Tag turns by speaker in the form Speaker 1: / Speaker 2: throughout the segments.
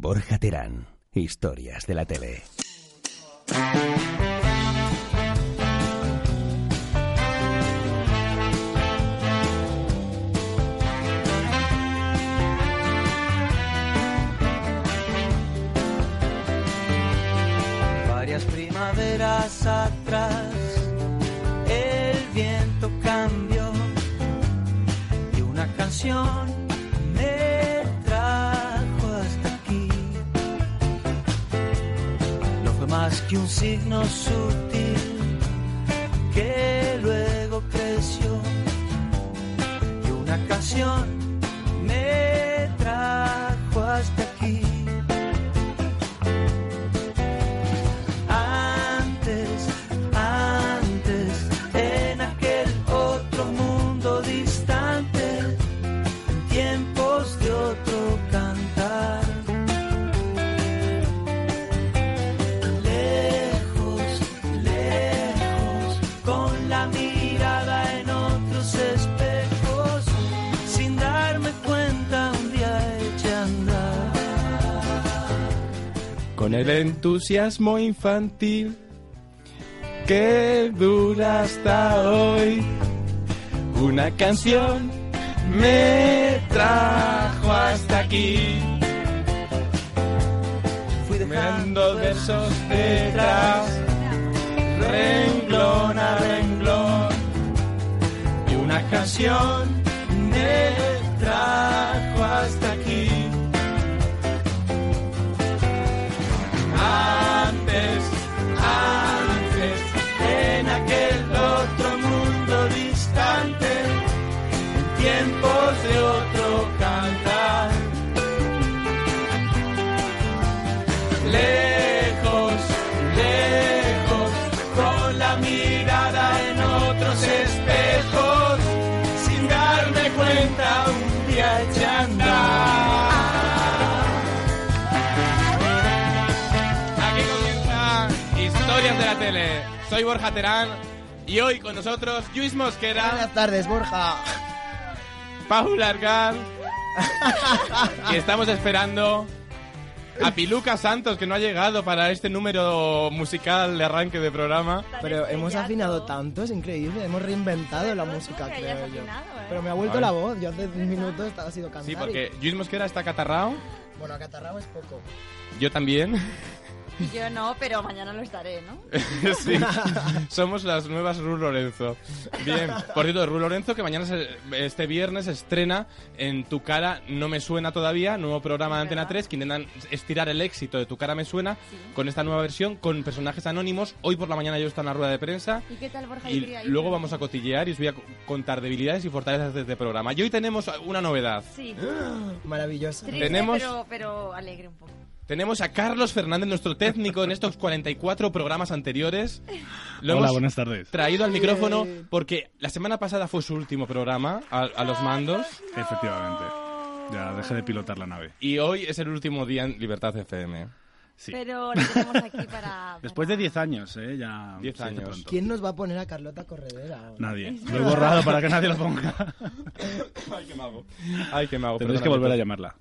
Speaker 1: Borja Terán, Historias de la Tele.
Speaker 2: Varias primaveras atrás, el viento cambió y una canción me trajo hasta aquí. No fue más que un signo sutil que luego creció y una canción me trajo hasta aquí. Antes, antes, en aquel otro mundo distante, en tiempos de otro cantar. Lejos, lejos, con la mirada en otros espejos, sin darme cuenta un día eché a andar.
Speaker 3: Con el entusiasmo infantil que dura hasta hoy, una canción me trajo hasta aquí.
Speaker 2: Fui
Speaker 3: Mirando versos detrás, renglón a renglón, y una canción me trajo hasta aquí. Antes, antes, en aquel otro mundo distante, en tiempos de otro cantar. Lejos, lejos, con la mirada en otros espejos, sin darme cuenta un día eché a andar. Aquí comienza Historias de la Tele. Soy Borja Terán y hoy con nosotros Luis Mosquera,
Speaker 4: Buenas tardes, Borja.
Speaker 3: Paula Argal y estamos esperando a Piluca Santos que no ha llegado para este número musical de arranque de programa.
Speaker 4: Pero hemos afinado tanto, es increíble. Hemos reinventado la música,
Speaker 5: que
Speaker 4: creo
Speaker 5: hayas
Speaker 4: yo.
Speaker 5: afinado, ¿eh?
Speaker 4: Pero me ha vuelto
Speaker 3: Ay.
Speaker 4: la voz. Yo hace 10 minutos estaba sido cantar.
Speaker 3: Sí,
Speaker 4: y-
Speaker 3: porque Luis Mosquera está catarrao,
Speaker 4: Bueno, acatarrado es poco.
Speaker 3: yo también.
Speaker 5: Y Yo no, pero mañana lo estaré, ¿no?
Speaker 3: Sí. Somos las nuevas Ru Lorenzo. Bien, por cierto, Ru Lorenzo que mañana, se- este viernes, estrena En Tu Cara No Me Suena Todavía, nuevo programa de
Speaker 5: Es verdad.
Speaker 3: Antena 3 que intentan estirar el éxito de Tu Cara Me Suena
Speaker 5: Sí.
Speaker 3: con esta nueva versión, con personajes anónimos. Hoy por la mañana yo estoy en la rueda de prensa.
Speaker 5: ¿Y qué tal, Borja? Yo
Speaker 3: Y
Speaker 5: quería ir,
Speaker 3: luego
Speaker 5: pero-
Speaker 3: vamos a cotillear y os voy a co- contar debilidades y fortalezas de este programa. Y hoy tenemos una novedad.
Speaker 5: Sí,
Speaker 4: Maravilloso.
Speaker 5: triste,
Speaker 3: Tenemos-
Speaker 5: pero, pero alegre un poco.
Speaker 3: Tenemos a Carlos Fernández, nuestro técnico en estos 44 programas anteriores. Lo
Speaker 6: Hola,
Speaker 3: hemos
Speaker 6: buenas tardes.
Speaker 3: traído al micrófono porque la semana pasada fue su último programa a, a los mandos
Speaker 6: Efectivamente. Ya dejé de pilotar la nave.
Speaker 3: y hoy es el último día en Libertad FM.
Speaker 6: Sí.
Speaker 5: Pero lo tenemos aquí para...
Speaker 6: Después de
Speaker 5: para-
Speaker 6: 10 años, ¿eh? Ya.
Speaker 3: 10
Speaker 6: se hace
Speaker 3: años.
Speaker 6: pronto.
Speaker 4: ¿Quién nos va a poner a Carlota Corredera? ahora?
Speaker 6: Nadie. Lo he borrado para que nadie lo ponga.
Speaker 3: Ay, qué mago. Ay, qué mago.
Speaker 6: Tendréis
Speaker 3: perdóname.
Speaker 6: que volver a llamarla.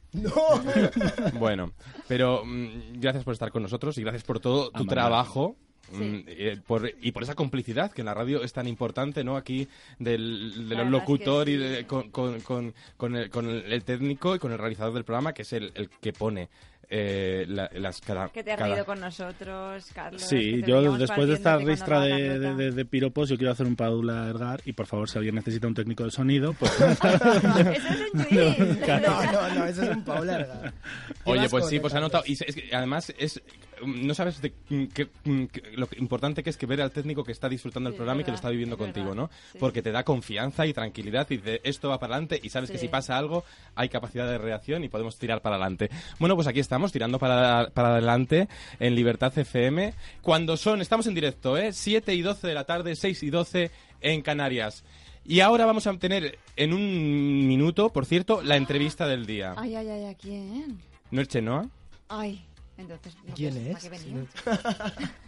Speaker 3: Bueno, pero mm, gracias por estar con nosotros y gracias por todo tu
Speaker 6: Amable.
Speaker 3: trabajo.
Speaker 5: Sí.
Speaker 3: mm, eh, por- y por esa complicidad que en la radio es tan importante, ¿no? Aquí del, del
Speaker 5: La verdad
Speaker 3: locutor
Speaker 5: es que
Speaker 3: y
Speaker 5: sí.
Speaker 3: de- con, con- con- con el, con el- el técnico y con el realizador del programa, que es el, el que pone eh, la- las cada.
Speaker 5: Que te has
Speaker 3: cada-
Speaker 5: reído con nosotros, Carlos. que
Speaker 6: Sí,
Speaker 5: te
Speaker 6: yo
Speaker 5: veníamos
Speaker 6: después de esta
Speaker 5: partiéndote
Speaker 6: ristra
Speaker 5: cuando
Speaker 6: de,
Speaker 5: hablaba
Speaker 6: de-
Speaker 5: Carlota.
Speaker 6: de- de piropos, yo quiero hacer un Paula Ergar. Y por favor, si alguien necesita un técnico de sonido, pues.
Speaker 5: Eso es un chiste.
Speaker 4: No, no, no, eso es un Paula. Argal.
Speaker 3: Oye,
Speaker 4: Llevas
Speaker 3: pues sí, pues ha
Speaker 4: corretas.
Speaker 3: notado. Y se- es que además, es mm, no sabes de, qué- mm, qué- lo que- importante que es que ver al técnico que está disfrutando el
Speaker 5: Sí, es
Speaker 3: programa y que lo
Speaker 5: verdad,
Speaker 3: está viviendo
Speaker 5: es verdad,
Speaker 3: contigo, ¿no?
Speaker 5: sí.
Speaker 3: Porque te da confianza y tranquilidad y de esto va para adelante y sabes que
Speaker 5: Sí.
Speaker 3: si pasa algo hay capacidad de reacción y podemos tirar para adelante. Bueno, pues aquí estamos tirando para, para adelante en Libertad FM. Cuando son, estamos en directo, ¿eh? 7 y 12 de la tarde, 6 y 12 en Canarias. Y ahora vamos a tener en un minuto, por cierto, la entrevista del día.
Speaker 5: Ay, ay, ay, ¿a quién?
Speaker 3: ¿No es Chenoa?
Speaker 5: Ay, entonces... ¿no
Speaker 4: ¿Quién
Speaker 5: ves? ¿Para
Speaker 4: es?
Speaker 5: qué venía?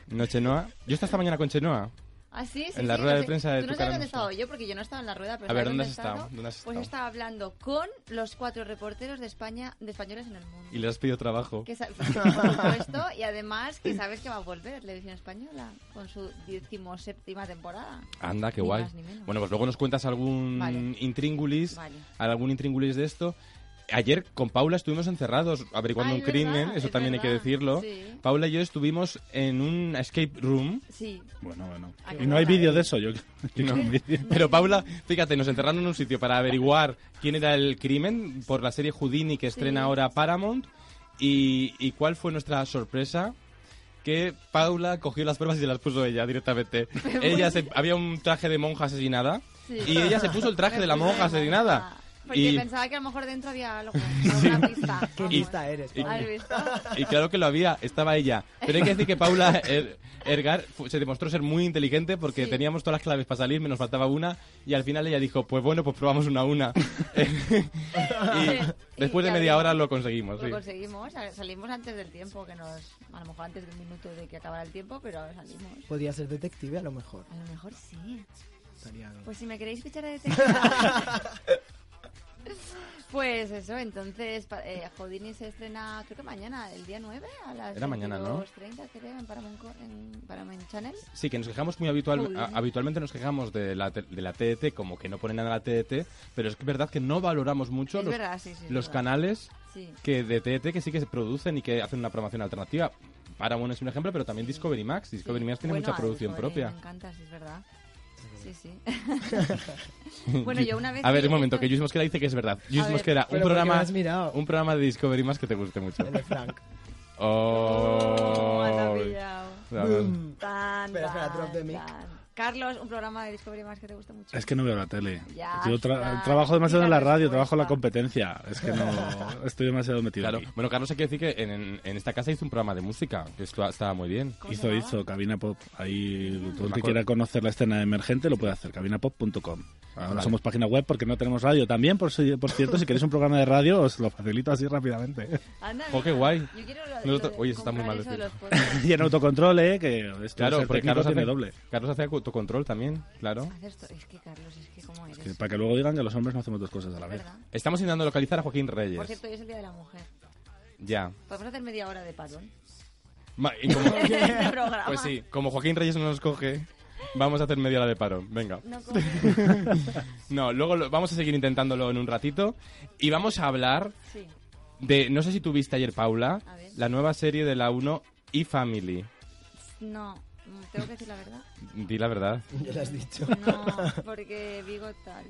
Speaker 3: No, Chenoa. Yo estaba esta mañana con Chenoa.
Speaker 5: Ah, sí, sí,
Speaker 3: En la
Speaker 5: sí,
Speaker 3: rueda
Speaker 5: no
Speaker 3: de
Speaker 5: sé.
Speaker 3: prensa de
Speaker 5: Tú
Speaker 3: tu
Speaker 5: no sabes
Speaker 3: canal
Speaker 5: dónde he estado
Speaker 3: nacional.
Speaker 5: yo, porque yo no estaba en la rueda. Pero
Speaker 3: A ver,
Speaker 5: ¿sabes
Speaker 3: ¿dónde
Speaker 5: he
Speaker 3: has estado? ¿Dónde has
Speaker 5: Pues
Speaker 3: estado?
Speaker 5: estaba hablando con los cuatro reporteros de España, de españoles en el mundo.
Speaker 3: Y le has pedido trabajo.
Speaker 5: Que sa- por supuesto, y además que sabes que va a volver Televisión Española con su séptima temporada.
Speaker 3: Anda, qué
Speaker 5: Ni
Speaker 3: guay.
Speaker 5: más ni menos.
Speaker 3: Bueno, pues luego nos cuentas algún
Speaker 5: Vale.
Speaker 3: intríngulis,
Speaker 5: Vale.
Speaker 3: algún intríngulis de esto. Ayer con Paula estuvimos encerrados averiguando
Speaker 5: Ah,
Speaker 3: un
Speaker 5: es
Speaker 3: crimen,
Speaker 5: verdad,
Speaker 3: eso
Speaker 5: es
Speaker 3: también hay que
Speaker 5: verdad.
Speaker 3: decirlo.
Speaker 5: Sí.
Speaker 3: Paula y yo estuvimos en un escape room.
Speaker 5: Sí.
Speaker 6: Bueno, bueno.
Speaker 5: Ah,
Speaker 6: Y no hay
Speaker 5: claro.
Speaker 6: vídeo de eso, yo. yo
Speaker 3: No.
Speaker 6: con vídeo.
Speaker 3: Pero Paula, fíjate, nos encerraron en un sitio para averiguar quién era el crimen por la serie Houdini que estrena
Speaker 5: Sí.
Speaker 3: ahora Paramount. Y, y cuál fue nuestra sorpresa? Que Paula cogió las pruebas y las puso ella directamente. ella se- había un traje de monja asesinada
Speaker 5: Sí.
Speaker 3: y ella se puso el traje
Speaker 5: Me
Speaker 3: de la
Speaker 5: puse
Speaker 3: monja
Speaker 5: monja,
Speaker 3: asesinada.
Speaker 5: Porque
Speaker 3: Y,
Speaker 5: pensaba que a lo mejor dentro había algo, alguna pista.
Speaker 4: Qué
Speaker 5: vamos.
Speaker 4: lista eres,
Speaker 3: y-
Speaker 5: ¿Has
Speaker 4: Pablo.
Speaker 5: visto?
Speaker 3: y claro que lo había, estaba ella. Pero hay que decir que Paula Er- Ergar fu- se demostró ser muy inteligente porque
Speaker 5: Sí.
Speaker 3: teníamos todas las claves para salir, menos faltaba una. Y al final ella dijo, pues bueno, pues probamos una a una. y después de
Speaker 5: Y
Speaker 3: media
Speaker 5: abrió.
Speaker 3: hora lo conseguimos.
Speaker 5: Lo
Speaker 3: Pues sí.
Speaker 5: conseguimos, sal- salimos antes del tiempo, que nos, a lo mejor antes de un minuto de que acabara el tiempo, pero salimos.
Speaker 4: Podría ser detective a lo mejor.
Speaker 5: A lo mejor sí.
Speaker 4: Estaría bien.
Speaker 5: Pues si me queréis fichar a detective. Pues eso, entonces pa- eh, Houdini se estrena creo que mañana, el día 9 a las
Speaker 3: Era mañana, ¿no?
Speaker 5: 22:30, creo, en Paramount, Co- en Paramount Channel.
Speaker 3: Sí, que nos quejamos muy habitual,
Speaker 5: Uy.
Speaker 3: a- habitualmente nos quejamos de la, te- de la TDT, E, como que no ponen nada a la TDT, E, pero es que verdad que no valoramos mucho
Speaker 5: Es
Speaker 3: los,
Speaker 5: verdad, sí, sí, es
Speaker 3: los
Speaker 5: verdad.
Speaker 3: canales
Speaker 5: Sí.
Speaker 3: que de TDT E que sí que se producen y que hacen una programación alternativa. Paramount es un ejemplo, pero también Discovery Max. Discovery
Speaker 5: Sí.
Speaker 3: Max tiene
Speaker 5: Bueno,
Speaker 3: mucha
Speaker 5: a
Speaker 3: producción
Speaker 5: Discovery
Speaker 3: propia.
Speaker 5: Me encanta, sí, es verdad. Sí, sí. bueno, yo una vez...
Speaker 3: A ver,
Speaker 5: que-
Speaker 3: un momento, que Luis Mosquera dice que es verdad. Luis
Speaker 5: ver.
Speaker 3: Mosquera, un
Speaker 4: Pero porque me
Speaker 3: programa,
Speaker 4: has mirado.
Speaker 3: un programa de Discovery más que te guste mucho.
Speaker 4: El de Frank.
Speaker 5: Oh, me has
Speaker 3: Oh.
Speaker 5: pillado.
Speaker 4: Boom.
Speaker 5: Tan,
Speaker 4: Espera, espera,
Speaker 5: tan,
Speaker 4: drop the mic.
Speaker 5: tan. Carlos, un programa de Discovery más que te gusta mucho.
Speaker 6: Es que no veo la tele.
Speaker 5: Ya
Speaker 6: Yo tra-
Speaker 5: está.
Speaker 6: trabajo demasiado en
Speaker 5: Mira
Speaker 6: la radio,
Speaker 5: respuesta.
Speaker 6: trabajo en la competencia. Es que no estoy demasiado metido.
Speaker 3: Claro.
Speaker 6: aquí.
Speaker 3: Bueno, Carlos, hay que decir que en, en- en esta casa hizo un programa de música, que esto estaba muy bien.
Speaker 5: ¿Cómo se
Speaker 6: Hizo,
Speaker 5: llamaba?
Speaker 6: hizo, Cabina Pop. Ahí todo el
Speaker 3: Me
Speaker 6: que
Speaker 3: acuerdo.
Speaker 6: quiera conocer la escena emergente lo puede hacer, cabinapop.com. Ahora
Speaker 3: Vale.
Speaker 6: Ah, somos página web porque no tenemos radio también, por, si- por cierto, si queréis un programa de radio os lo facilito así rápidamente.
Speaker 5: Anda,
Speaker 3: Jo, qué
Speaker 5: mira.
Speaker 3: guay.
Speaker 5: Yo quiero lo-
Speaker 3: Nosotros-
Speaker 5: lo de
Speaker 3: oye, eso está muy
Speaker 5: comprar
Speaker 3: mal
Speaker 5: eso de
Speaker 3: decirlo.
Speaker 5: los podcasts.
Speaker 6: Y en autocontrol, ¿eh? que esto de
Speaker 3: Claro,
Speaker 6: ser
Speaker 3: porque
Speaker 6: técnico
Speaker 3: Carlos
Speaker 6: tiene
Speaker 3: hace,
Speaker 6: doble.
Speaker 3: Carlos hace autocontrol también, claro.
Speaker 5: Haz esto. Es que, Carlos, es que cómo eres.
Speaker 6: Que para que luego digan que los hombres no hacemos dos cosas a la vez.
Speaker 5: ¿Verdad?
Speaker 3: Estamos intentando localizar a Joaquín Reyes.
Speaker 5: Por cierto, hoy es el Día de la Mujer.
Speaker 3: Ya.
Speaker 5: Podemos hacer media hora de parón.
Speaker 3: Ma- y como-
Speaker 5: Este programa.
Speaker 3: pues sí, como Joaquín Reyes no nos coge, vamos a hacer media hora de paro. Venga.
Speaker 5: No coge.
Speaker 3: No, luego lo- vamos a seguir intentándolo en un ratito y vamos a hablar
Speaker 5: Sí.
Speaker 3: de, no sé si tú viste ayer, Paula,
Speaker 5: A ver.
Speaker 3: la nueva serie de la 1 y Family.
Speaker 5: No. mm, Tengo que decir la verdad.
Speaker 3: Di la verdad.
Speaker 4: Ya lo has dicho.
Speaker 5: No, porque Vigo tal. eh.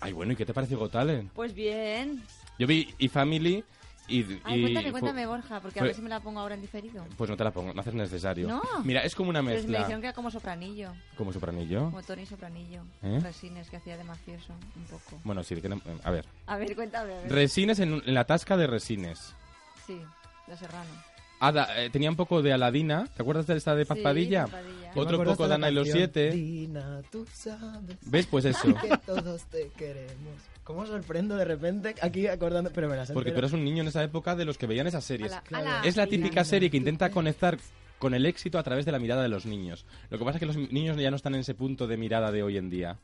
Speaker 3: Ay, bueno, ¿y qué te pareció Got Talent?
Speaker 5: Pues bien.
Speaker 3: Yo vi y Family y...
Speaker 5: Ay,
Speaker 3: y
Speaker 5: cuéntame,
Speaker 3: fu-
Speaker 5: cuéntame, Borja, porque a
Speaker 3: fue-
Speaker 5: ver si me la pongo ahora en diferido.
Speaker 3: Pues no te la pongo, no haces necesario.
Speaker 5: No.
Speaker 3: Mira, es como una
Speaker 5: Pues me
Speaker 3: mezcla.
Speaker 5: dijeron que era como sopranillo,
Speaker 3: Como Sopranillo.
Speaker 5: como Tony Sopranillo.
Speaker 3: ¿Eh?
Speaker 5: Resines, que hacía de mafioso, un poco.
Speaker 3: Bueno, sí, que no- a ver.
Speaker 5: A ver, cuéntame, a ver.
Speaker 3: Resines en, un- en la tasca de resines.
Speaker 5: Sí, Los Serrano.
Speaker 3: Ada- eh, tenía un poco de Aladina. ¿Te acuerdas de esta de Paz
Speaker 5: Sí,
Speaker 3: Padilla?
Speaker 5: Paz Padilla.
Speaker 4: Yo me
Speaker 3: Otro
Speaker 4: acuerdo
Speaker 3: poco
Speaker 4: hasta
Speaker 3: de
Speaker 4: la
Speaker 3: Ana y los
Speaker 4: canción,
Speaker 3: siete.
Speaker 4: Dina, tú sabes
Speaker 3: ¿Ves? Pues eso.
Speaker 4: que todos te queremos. ¿Cómo sorprendo de repente aquí acordando? Pero me las
Speaker 3: Porque tú eras un niño en esa época de los que veían esas series.
Speaker 5: Ala- ala,
Speaker 3: Es la
Speaker 5: mira.
Speaker 3: típica serie que intenta conectar con el éxito a través de la mirada de los niños. Lo que pasa es que los niños ya no están en ese punto de mirada de hoy en día.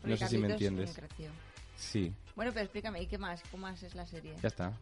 Speaker 5: Porque
Speaker 3: No sé si me
Speaker 5: Carlitos
Speaker 3: entiendes.
Speaker 5: creció.
Speaker 3: Sí,
Speaker 5: Bueno, pero explícame, ¿y qué más? ¿Cómo más es la serie?
Speaker 3: ya está.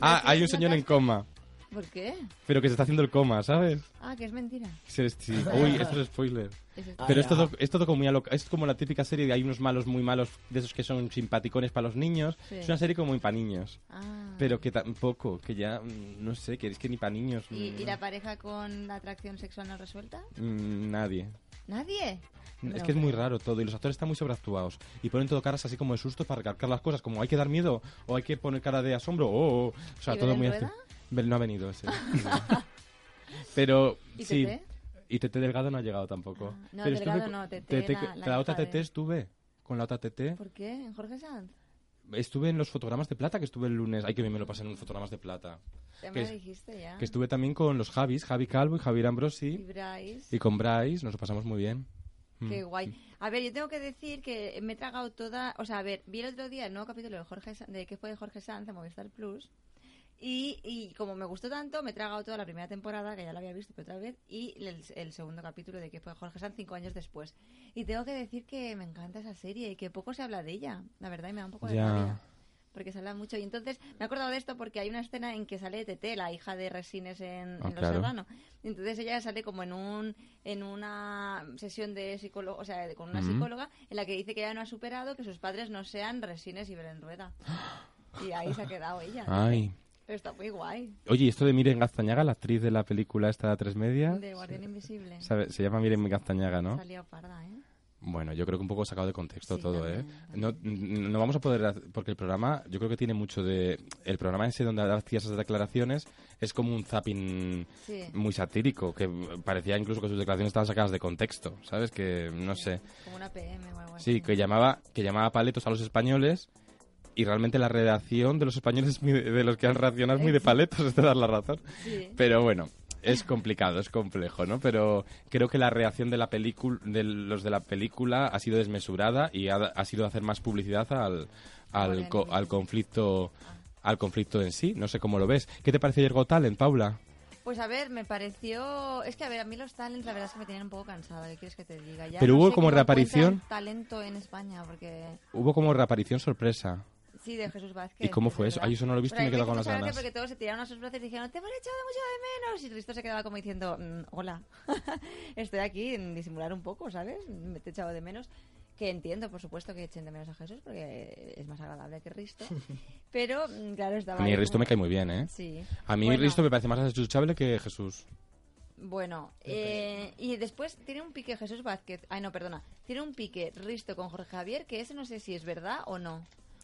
Speaker 3: Ah, hay un señor en coma,
Speaker 5: ¿Por qué?
Speaker 3: pero que se está haciendo el coma, ¿sabes?
Speaker 5: Ah, que es mentira.
Speaker 3: Sí, sí. Uy, esto es spoiler.
Speaker 5: Es esto.
Speaker 3: Pero
Speaker 4: Ay,
Speaker 3: es todo,
Speaker 4: ah.
Speaker 3: es todo como muy aloca- Es como la típica serie de hay unos malos muy malos, de esos que son simpaticones para los niños.
Speaker 5: Sí.
Speaker 3: Es una serie como muy para niños.
Speaker 5: Ah.
Speaker 3: Pero que tampoco, que ya, mm, no sé, que es que ni para niños.
Speaker 5: ¿Y,
Speaker 3: mm,
Speaker 5: y la pareja con atracción sexual no resuelta?
Speaker 3: mm, Nadie.
Speaker 5: ¿Nadie?
Speaker 3: Es
Speaker 5: No,
Speaker 3: que es muy
Speaker 5: pero-
Speaker 3: raro todo y los actores están muy sobreactuados y ponen todo caras así como de susto para recalcar las cosas, como hay que dar miedo o hay que poner cara de asombro Oh, o, o sea,
Speaker 5: ¿Y
Speaker 3: todo
Speaker 5: Belén
Speaker 3: muy
Speaker 5: Rueda?
Speaker 3: acti- Bel- No ha venido ese. Pero
Speaker 5: ¿Y
Speaker 3: sí.
Speaker 5: Tete?
Speaker 3: Y Tete Delgado no ha llegado tampoco.
Speaker 5: Ah, no,
Speaker 3: Pero estuve
Speaker 5: Delgado
Speaker 3: con-
Speaker 5: no, Tete, la-
Speaker 3: que-
Speaker 5: la
Speaker 3: la otra
Speaker 5: hija de-
Speaker 3: Tete estuve con la otra Tete.
Speaker 5: ¿Por qué? ¿En Jorge Sanz?
Speaker 3: Estuve en los fotogramas de plata que estuve el lunes. Ay, que bien me lo pasé en un fotogramas de plata.
Speaker 5: Ya me
Speaker 3: Que
Speaker 5: lo
Speaker 3: es-
Speaker 5: dijiste ya.
Speaker 3: Que estuve también con los Javis, Javi Calvo y Javier
Speaker 5: Y
Speaker 3: Ambrosi.
Speaker 5: Bryce.
Speaker 3: Y con Bryce nos lo pasamos muy bien. Mm.
Speaker 5: Qué guay. A ver, yo tengo que decir que me he tragado toda. O sea, a ver, vi el otro día el nuevo capítulo de Jorge Sa- de que fue de Jorge Sanz de Movistar Plus. Y, y como me gustó tanto, me he tragado toda la primera temporada, que ya la había visto pero otra vez, y el, el segundo capítulo de que fue Jorge Sanz cinco años después. Y tengo que decir que me encanta esa serie y que poco se habla de ella, la verdad, y me da un poco de
Speaker 3: Ya.
Speaker 5: rabia. Porque se habla mucho. Y entonces me he acordado de esto porque hay una escena en que sale Tete, la hija de Resines en,
Speaker 3: Ah,
Speaker 5: en Los
Speaker 3: claro.
Speaker 5: Serrano. Y Entonces ella sale como en un en una sesión de psicólogo, o sea, de- con una
Speaker 3: Mm.
Speaker 5: psicóloga en la que dice que ella no ha superado que sus padres no sean Resines y Belén Rueda. Y ahí se ha quedado ella.
Speaker 3: Ay.
Speaker 5: Pero está muy guay.
Speaker 3: Oye, ¿y esto de Miren Gaztañaga, la actriz de la película esta de Tres Media?
Speaker 5: De Guardián Invisible.
Speaker 3: Sabe- Se llama Miren Gaztañaga, ¿no?
Speaker 5: Salía parda, ¿eh?
Speaker 3: Bueno, yo creo que un poco sacado de contexto
Speaker 5: Sí,
Speaker 3: todo,
Speaker 5: también,
Speaker 3: ¿eh? No, n- no vamos a poder, hacer- porque el programa, yo creo que tiene mucho de... El programa ese donde hacía esas declaraciones es como un zapping
Speaker 5: Sí.
Speaker 3: muy satírico, que parecía incluso que sus declaraciones estaban sacadas de contexto, ¿sabes? Que, no sé.
Speaker 5: Como una PM o algo así.
Speaker 3: Sí, que llamaba, que llamaba paletos a los españoles y realmente la redacción de los españoles, es muy de de los que han reaccionado, es muy de paletos, es de dar la razón.
Speaker 5: Sí.
Speaker 3: Pero bueno, es complicado, es complejo, ¿no? Pero creo que la reacción de la película, de los de la película, ha sido desmesurada y ha, ha sido hacer más publicidad al, al, co- al conflicto, al conflicto en sí. No sé cómo lo ves. ¿Qué te parece Yergo Talent, Paula?
Speaker 5: Pues a ver, me pareció... Es que a ver, a mí los talents la verdad es que me tenían un poco cansada. ¿Qué quieres que te diga? Ya
Speaker 3: Pero
Speaker 5: no
Speaker 3: hubo
Speaker 5: sé
Speaker 3: como
Speaker 5: cómo
Speaker 3: reaparición.
Speaker 5: encuentran talento en España porque...
Speaker 3: Hubo como reaparición sorpresa.
Speaker 5: Sí, de Jesús Vázquez.
Speaker 3: ¿Y cómo
Speaker 5: es
Speaker 3: fue eso?
Speaker 5: verdad.
Speaker 3: Ay, eso no lo he visto y me he
Speaker 5: Pero a mí
Speaker 3: quedado con
Speaker 5: hizo
Speaker 3: las
Speaker 5: gracia
Speaker 3: ganas.
Speaker 5: Porque todos se tiraron a sus brazos y dijeron, te hemos echado mucho de menos. Y Risto se quedaba como diciendo, "Mm, hola, estoy aquí en disimular un poco, ¿sabes? Me te he echado de menos. Que entiendo, por supuesto, que echen de menos a Jesús porque es más agradable que Risto. Pero, mm, claro, estaba...
Speaker 3: A mí
Speaker 5: ahí
Speaker 3: Risto
Speaker 5: como-
Speaker 3: me cae muy bien, ¿eh?
Speaker 5: Sí.
Speaker 3: A mí
Speaker 5: Bueno.
Speaker 3: Risto me parece más asechuchable que Jesús.
Speaker 5: Bueno, eh, y después tiene un pique Jesús Vázquez. Ay, no, perdona. Tiene un pique Risto con Jorge Javier, que ese no sé si es verdad o no.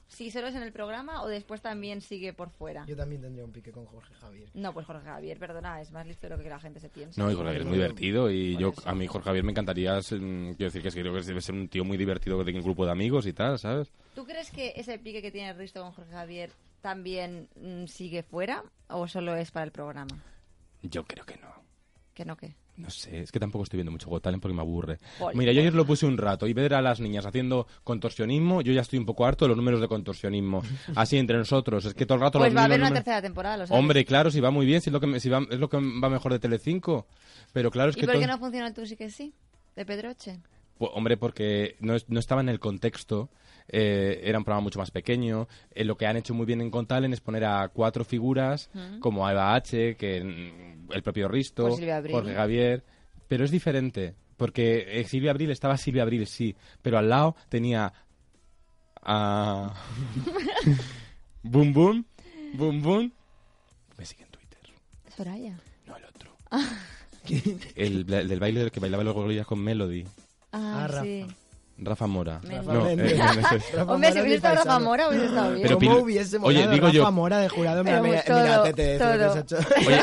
Speaker 5: Si solo es en el programa o después también sigue por fuera.
Speaker 4: Yo también tendría un pique con Jorge Javier.
Speaker 5: No, pues Jorge Javier, perdona, es más listo de lo que la gente se piensa.
Speaker 3: No, y Jorge Javier es muy divertido y
Speaker 5: Por
Speaker 3: yo
Speaker 5: eso.
Speaker 3: a mí Jorge Javier me encantaría, ser- mm, quiero decir que es que creo que debe ser un tío muy divertido que tenga un grupo de amigos y tal, ¿sabes?
Speaker 5: ¿Tú crees que ese pique que tiene Risto con Jorge Javier también mm, sigue fuera o solo es para el programa?
Speaker 3: Yo creo que no.
Speaker 5: Que no, que.
Speaker 3: No sé, es que tampoco estoy viendo mucho Got Talent porque me aburre.
Speaker 5: Jolín.
Speaker 3: Mira, yo ayer lo puse un rato y ver a las niñas haciendo contorsionismo, yo ya estoy un poco harto de los números de contorsionismo. Así entre nosotros, es que todo el rato
Speaker 5: Pues
Speaker 3: los
Speaker 5: va a haber
Speaker 3: mismos
Speaker 5: una
Speaker 3: números-
Speaker 5: tercera temporada, lo sabes.
Speaker 3: Hombre, claro, si va muy bien, si es lo que, me- si va, es lo que va mejor de Telecinco. Pero claro, es
Speaker 5: ¿Y
Speaker 3: que
Speaker 5: por qué
Speaker 3: todo-
Speaker 5: no funciona el tú sí que sí? De Pedroche.
Speaker 3: Pues, hombre, porque no, es- no estaba en el contexto. eh, era un programa mucho más pequeño. eh, lo que han hecho muy bien en Contalen es poner a cuatro figuras, como a Eva H., que, mm, el propio Risto,
Speaker 5: Pues Silvia Abril.
Speaker 3: Jorge Javier. Pero es diferente, porque eh, Silvia Abril estaba Silvia Abril, sí, pero al lado tenía a. boom, boom, boom, boom. Me sigue en Twitter,
Speaker 5: Soraya.
Speaker 3: no el otro. el, bla- del baile del que bailaba los gorrillas con Melody.
Speaker 5: Ah,
Speaker 4: Ah, Rafa.
Speaker 5: sí.
Speaker 3: Rafa Mora.
Speaker 5: Méndez.
Speaker 3: No, eh,
Speaker 4: Méndez.
Speaker 3: eso es.
Speaker 4: Rafa
Speaker 5: Hombre,
Speaker 4: Mora
Speaker 5: si
Speaker 4: es mi
Speaker 5: hubiese estado Rafa
Speaker 4: paisano.
Speaker 5: Mora, hubiese estado bien.
Speaker 3: Pero
Speaker 4: ¿Cómo
Speaker 3: Pil-
Speaker 4: hubiese
Speaker 3: Oye,
Speaker 4: molado
Speaker 3: digo
Speaker 4: Rafa
Speaker 3: yo-
Speaker 4: Mora de jurado? Mira,
Speaker 5: Pero
Speaker 4: mira,
Speaker 5: todo,
Speaker 4: mira, Tete, eso es lo que
Speaker 5: todo.
Speaker 4: has hecho.
Speaker 3: Oye,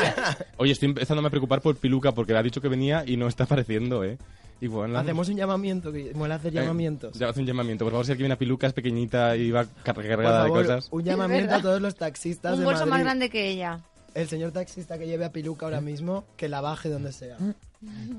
Speaker 3: oye, estoy empezándome a preocupar por Piluca porque ha dicho que venía y no está apareciendo, ¿eh? Y bueno,
Speaker 4: Hacemos un llamamiento, que mola hacer
Speaker 3: eh,
Speaker 4: llamamientos.
Speaker 3: ya, haz un llamamiento. Por favor, si alguien viene a Piluca es pequeñita y va car-
Speaker 4: Por
Speaker 3: cargada
Speaker 4: favor,
Speaker 3: de cosas.
Speaker 4: un llamamiento a
Speaker 5: verdad.
Speaker 4: todos los taxistas
Speaker 5: Un
Speaker 4: de
Speaker 5: bolso
Speaker 4: Madrid.
Speaker 5: más grande que ella.
Speaker 4: El señor taxista que lleve a Piluca ahora mismo, que la baje donde sea.
Speaker 5: Mm.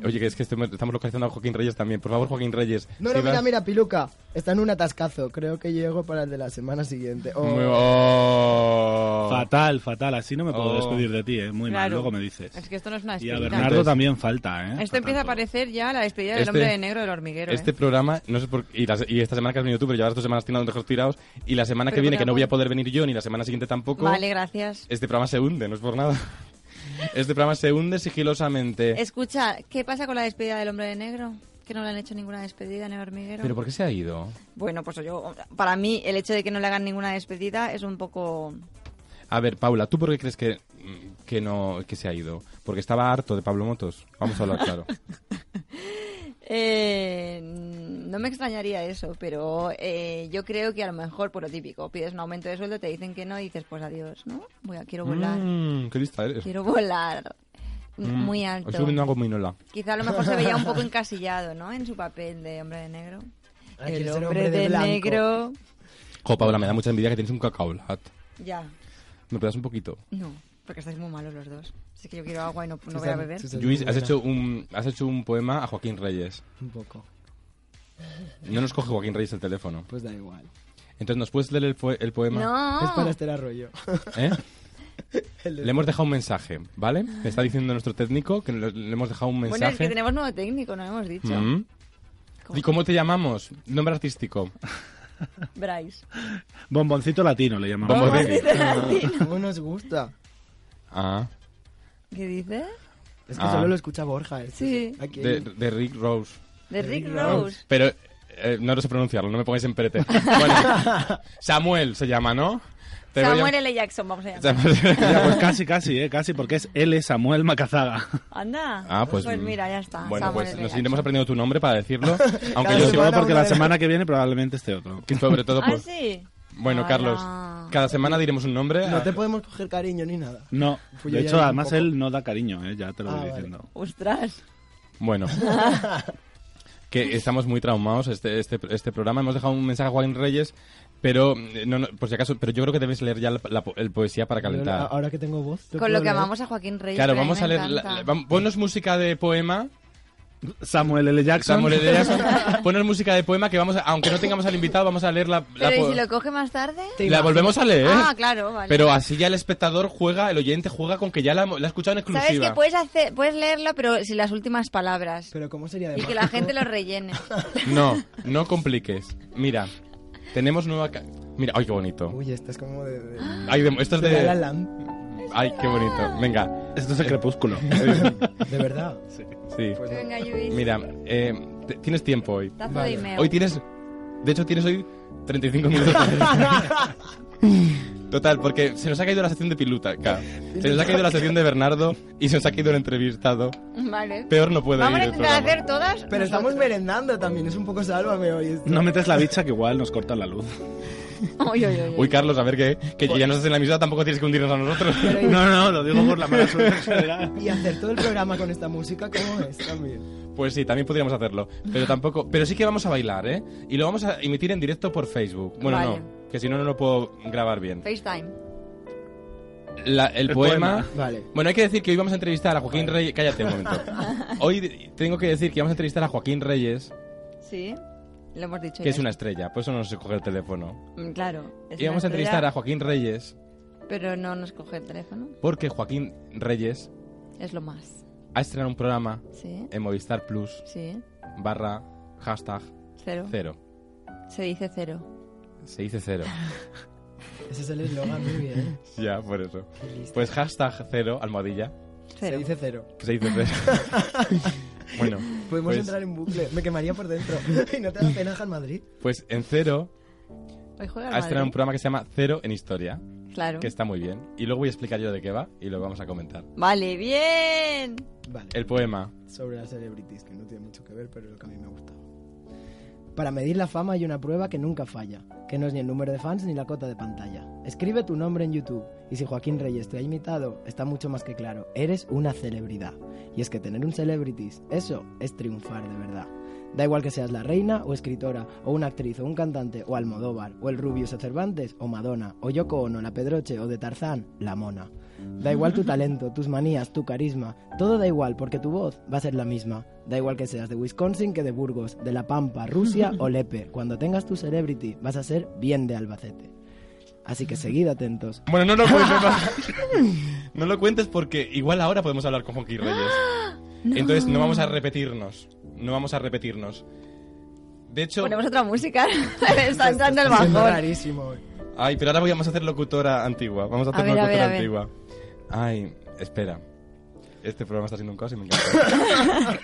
Speaker 3: Oye, que es que estemos- estamos localizando a Joaquín Reyes también. Por favor, Joaquín Reyes.
Speaker 4: No,
Speaker 3: si
Speaker 4: no, mira,
Speaker 3: vas-
Speaker 4: mira, Piluca. Está en un atascazo. Creo que llego para el de la semana siguiente. Oh.
Speaker 3: Muy- oh.
Speaker 6: Fatal, fatal. Así no me puedo
Speaker 3: Oh.
Speaker 6: despedir de ti, ¿eh? Muy mal.
Speaker 5: Claro.
Speaker 6: Luego me dices.
Speaker 5: Es que esto no es una
Speaker 6: Y a
Speaker 5: despedida.
Speaker 6: Bernardo también falta, ¿eh?
Speaker 5: Esto
Speaker 6: Fatal
Speaker 5: empieza a
Speaker 6: todo.
Speaker 5: parecer ya la despedida del
Speaker 3: Este-
Speaker 5: hombre de negro del hormiguero.
Speaker 3: Este
Speaker 5: ¿eh?
Speaker 3: programa, no sé por y, las- y esta semana que has venido tú, pero llevas dos semanas tirando lejos tirados. Y la semana que
Speaker 5: Pero
Speaker 3: viene,
Speaker 5: por
Speaker 3: que no voy a
Speaker 5: amor.
Speaker 3: poder venir yo, ni la semana siguiente tampoco,
Speaker 5: Vale, gracias.
Speaker 3: este programa se hunde, no es por nada. Este programa se hunde sigilosamente.
Speaker 5: Escucha, ¿qué pasa con la despedida del hombre de negro? Que no le han hecho ninguna despedida en el hormiguero.
Speaker 3: ¿Pero por qué se ha ido?
Speaker 5: Bueno, pues yo, para mí, el hecho de que no le hagan ninguna despedida es un poco.
Speaker 3: A ver, Paula, ¿tú por qué crees que, que no que se ha ido? Porque estaba harto de Pablo Motos. Vamos a hablar claro.
Speaker 5: Eh, no me extrañaría eso, pero eh, yo creo que a lo mejor, por lo típico, pides un aumento de sueldo, te dicen que no y dices, pues adiós, ¿no? Voy a, quiero volar,
Speaker 3: Mm, qué lista eres.
Speaker 5: quiero volar
Speaker 3: Mm,
Speaker 5: muy alto.
Speaker 3: Estoy comiendo algo muy nola.
Speaker 5: Quizá a lo mejor se veía un poco encasillado, ¿no? En su papel de hombre de negro.
Speaker 4: Ah, quiere ser hombre de blanco.
Speaker 5: negro.
Speaker 3: Jo, Paula, me da mucha envidia que tienes un cacao lat.
Speaker 5: Ya,
Speaker 3: ¿Me pegas un poquito?
Speaker 5: no, porque estáis muy malos los dos. Así que yo quiero agua y no, no
Speaker 4: Sí,
Speaker 5: voy a
Speaker 4: sabe-
Speaker 5: beber.
Speaker 4: sí, sabe
Speaker 3: Luis,
Speaker 4: muy
Speaker 3: has
Speaker 4: buena.
Speaker 3: hecho, un, has hecho un poema a Joaquín Reyes.
Speaker 4: Un poco.
Speaker 3: No nos coge Joaquín Reyes el teléfono.
Speaker 4: Pues da igual.
Speaker 5: Ah.
Speaker 3: Entonces, ¿nos puedes leer el, po- el poema?
Speaker 5: No,
Speaker 4: Es para este arroyo.
Speaker 3: ¿Eh?
Speaker 4: El de-
Speaker 3: Le hemos dejado un mensaje, ¿vale? Me está diciendo nuestro técnico que le, le hemos dejado un mensaje.
Speaker 5: Bueno, es que tenemos nuevo técnico, no hemos dicho.
Speaker 3: Mm.
Speaker 5: ¿Cómo?
Speaker 3: ¿Y cómo te llamamos? Nombre artístico.
Speaker 5: Bryce.
Speaker 6: Bomboncito latino le llamamos.
Speaker 3: Bombo-
Speaker 5: ¿Cómo
Speaker 3: Baby.
Speaker 5: dice Martín?
Speaker 4: ¿Cómo nos gusta?
Speaker 3: Ah,
Speaker 5: ¿Qué dice?
Speaker 4: Es que
Speaker 3: Ah.
Speaker 4: solo lo escucha Borja. esto.
Speaker 5: Sí.
Speaker 4: Aquí
Speaker 3: de, de Rick Rose.
Speaker 5: De Rick
Speaker 4: Rick
Speaker 5: Rose.
Speaker 3: Pero eh, no lo sé pronunciarlo, no me pongáis en prete. Bueno, Samuel se llama, ¿no? Te voy a-
Speaker 5: Samuel L. Jackson, vamos a llamar.
Speaker 6: Ya, pues casi, casi, eh, casi, porque es L. Samuel Macazaga.
Speaker 5: Anda.
Speaker 3: Ah, pues,
Speaker 5: mira, ya está.
Speaker 3: Bueno,
Speaker 5: Samuel
Speaker 3: pues
Speaker 5: L.
Speaker 3: nos
Speaker 5: Jackson.
Speaker 3: iremos aprendiendo tu nombre para decirlo. Aunque
Speaker 4: Cada
Speaker 3: yo
Speaker 6: Yo
Speaker 3: sí,
Speaker 6: solo
Speaker 4: semana
Speaker 6: porque
Speaker 4: uno
Speaker 6: la
Speaker 4: de-
Speaker 6: semana que viene probablemente esté otro.
Speaker 3: que sobre todo
Speaker 5: Ah,
Speaker 3: por...
Speaker 5: sí.
Speaker 3: pues- Bueno,
Speaker 5: Hola.
Speaker 3: Carlos, cada semana diremos un nombre. ah,
Speaker 4: No te podemos coger cariño ni nada.
Speaker 6: No,
Speaker 4: Fui yo
Speaker 6: de
Speaker 4: ya
Speaker 6: hecho,
Speaker 4: un
Speaker 6: además
Speaker 4: poco.
Speaker 6: él no da cariño, eh, ya te lo
Speaker 4: Ah,
Speaker 6: voy
Speaker 4: vale.
Speaker 6: diciendo.
Speaker 5: Ostras.
Speaker 3: Bueno. que estamos muy traumados este, este, este programa. Hemos dejado un mensaje a Juan Reyes, pero eh, no, no, por si acaso, pero yo creo que debes leer ya la, la po- el poesía para
Speaker 4: Ahora-
Speaker 3: calentar.
Speaker 4: Ahora que tengo voz. yo
Speaker 5: Con lo
Speaker 4: puedo
Speaker 5: que
Speaker 4: leer.
Speaker 5: amamos a Joaquín Reyes.
Speaker 3: Claro,
Speaker 5: pero mí
Speaker 3: vamos
Speaker 5: me
Speaker 3: a leer. la-
Speaker 5: encanta.
Speaker 3: la- vam- ponnos música de poema.
Speaker 6: Samuel L. Jackson.
Speaker 3: Samuel L. Jackson, ponnos música de poema que vamos, a- aunque no tengamos al invitado, vamos a leer la. la
Speaker 5: Pero ¿y
Speaker 3: po-
Speaker 5: si lo coge más tarde?
Speaker 4: Te
Speaker 3: la
Speaker 4: imaginas.
Speaker 3: volvemos a leer.
Speaker 5: Ah, claro, vale.
Speaker 3: Pero así ya el espectador juega, el oyente juega con que ya la, la ha escuchado en
Speaker 5: Sabes
Speaker 3: exclusiva.
Speaker 5: que puedes, hacer, puedes leerlo, pero sin las últimas palabras.
Speaker 4: Pero ¿cómo sería de
Speaker 5: Y que la
Speaker 4: mágico?
Speaker 5: gente lo rellene.
Speaker 3: No, no compliques. Mira, tenemos nueva. ca- Mira, ay, qué bonito.
Speaker 4: Uy, esta es como de... de-
Speaker 3: Ay, de- esto es
Speaker 4: de La La
Speaker 3: de.
Speaker 4: Land.
Speaker 3: Ay, qué bonito. Venga.
Speaker 6: Esto es el crepúsculo.
Speaker 4: De verdad.
Speaker 3: Sí.
Speaker 4: Pues no.
Speaker 5: Venga, Luis.
Speaker 3: Mira, eh, te- tienes tiempo hoy.
Speaker 5: Tazo
Speaker 4: Vale.
Speaker 5: de email.
Speaker 3: Hoy tienes. De hecho, tienes hoy 35 minutos. Total, porque se nos ha caído la sección de Piluta. claro. Se nos ha caído la sección de Bernardo y se nos ha caído el entrevistado.
Speaker 5: Vale.
Speaker 3: Peor no puede
Speaker 5: Vamos
Speaker 3: ir
Speaker 5: a
Speaker 3: el
Speaker 5: intentar
Speaker 3: programa.
Speaker 5: hacer todas.
Speaker 4: Pero estamos
Speaker 5: nosotros.
Speaker 4: merendando también. Es un poco sálvame hoy. este. esto.
Speaker 6: No metes la bicha que igual nos corta la luz.
Speaker 5: Uy, uy, uy, uy.
Speaker 3: Uy, Carlos, a ver que, que ya nos hacen la misma, tampoco tienes que hundirnos a nosotros.
Speaker 6: No, no, lo digo por la mala suerte en general.
Speaker 4: Y hacer todo el programa con esta música, ¿cómo es también?
Speaker 3: Pues sí, también podríamos hacerlo. Pero tampoco. Pero sí que vamos a bailar, ¿eh? Y lo vamos a emitir en directo por Facebook. Bueno,
Speaker 5: Vale.
Speaker 3: no. Que si no, no lo puedo grabar bien.
Speaker 5: FaceTime.
Speaker 3: La- el,
Speaker 6: El
Speaker 3: poema.
Speaker 6: poema.
Speaker 4: Vale.
Speaker 3: Bueno, hay que decir que hoy vamos a entrevistar a Joaquín Reyes. Cállate un momento. Hoy de- tengo que decir que vamos a entrevistar a Joaquín Reyes,
Speaker 5: Sí. Lo hemos dicho.
Speaker 3: que
Speaker 5: ya.
Speaker 3: es una estrella, por eso no nos coge el teléfono.
Speaker 5: Mm, Claro. es
Speaker 3: Y
Speaker 5: una
Speaker 3: vamos a entrevistar
Speaker 5: estrella,
Speaker 3: a Joaquín Reyes,
Speaker 5: Pero no nos coge el teléfono.
Speaker 3: porque Joaquín Reyes
Speaker 5: Es lo más.
Speaker 3: ha estrenado un programa
Speaker 5: Sí.
Speaker 3: en Movistar Plus
Speaker 5: Sí.
Speaker 3: barra hashtag
Speaker 5: Cero.
Speaker 3: cero.
Speaker 5: Se dice cero.
Speaker 3: Se dice cero.
Speaker 4: Ese es el eslogan, muy bien.
Speaker 3: ya, por eso. Pues hashtag cero, almohadilla.
Speaker 4: Se
Speaker 5: Cero.
Speaker 4: dice cero.
Speaker 3: Se dice cero. bueno,
Speaker 4: Podemos
Speaker 3: Pues-
Speaker 4: entrar en bucle. Me quemaría por dentro. ¿Y no te da pena en Madrid?
Speaker 3: pues en cero
Speaker 5: Hoy juega el
Speaker 3: ha estrenado un
Speaker 5: Madrid.
Speaker 3: programa que se llama Cero en Historia,
Speaker 5: Claro.
Speaker 3: que está muy bien. Y luego voy a explicar yo de qué va y lo vamos a comentar.
Speaker 5: Vale, bien.
Speaker 4: Vale.
Speaker 3: El poema.
Speaker 4: sobre las celebrities, que no tiene mucho que ver, pero es lo que a mí me gustaba. Para medir la fama hay una prueba que nunca falla, que no es ni el número de fans ni la cota de pantalla. Escribe tu nombre en YouTube y si Joaquín Reyes te ha imitado, está mucho más que claro, eres una celebridad. Y es que tener un celebrities, eso es triunfar de verdad. Da igual que seas la reina o escritora, o una actriz o un cantante, o Almodóvar, o el Rubius o Cervantes, o Madonna, o Yoko Ono, la Pedroche, o de Tarzán, la Mona. Da igual tu talento, tus manías, tu carisma, todo da igual porque tu voz va a ser la misma. Da igual que seas de Wisconsin que de Burgos, de La Pampa, Rusia o Lepe, cuando tengas tu celebrity vas a ser bien de Albacete. Así que seguid atentos.
Speaker 3: Bueno, no lo cuentes. no. no lo cuentes porque igual ahora podemos hablar con Joaquín Reyes. Entonces no vamos a repetirnos. No vamos a repetirnos. De hecho,
Speaker 5: Ponemos otra música. está entrando el
Speaker 4: Es
Speaker 5: bajón.
Speaker 4: rarísimo. hoy.
Speaker 3: ay, pero ahora voy- vamos a hacer locutora antigua. Vamos a hacer
Speaker 5: A ver, a ver,
Speaker 3: locutora
Speaker 5: a ver.
Speaker 3: antigua. Ay, espera. Este programa está siendo un caos y me encanta.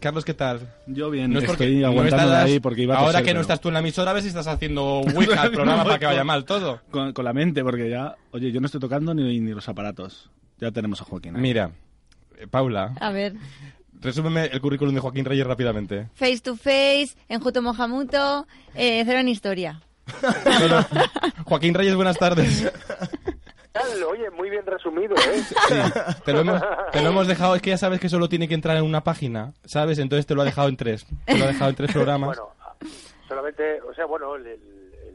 Speaker 3: Carlos, ¿qué tal?
Speaker 6: Yo bien,
Speaker 3: No es porque-
Speaker 6: estoy
Speaker 3: no
Speaker 6: aguantando de
Speaker 3: estás-
Speaker 6: ahí porque iba a
Speaker 3: Ahora
Speaker 6: toser,
Speaker 3: que no
Speaker 6: pero
Speaker 3: estás tú en la emisora, a ver si estás haciendo Ouija al programa para que vaya mal todo.
Speaker 6: Con, con la mente, porque ya... Oye, yo no estoy tocando ni, ni los aparatos. Ya tenemos a Joaquín. ahí.
Speaker 3: Mira, eh, Paula,
Speaker 5: A ver.
Speaker 3: resúmeme el currículum de Joaquín Reyes rápidamente. ¿eh?
Speaker 5: Face to face, enjuto mojamuto, eh, cero en historia.
Speaker 3: Solo- Joaquín Reyes, buenas tardes.
Speaker 7: tal? Oye, muy bien resumido, ¿eh?
Speaker 3: Sí, te, lo hemos, te lo hemos dejado, es que ya sabes que solo tiene que entrar en una página, ¿sabes? Entonces te lo ha dejado en tres. Te lo ha dejado en tres programas.
Speaker 7: Bueno, solamente, o sea, bueno, el- el-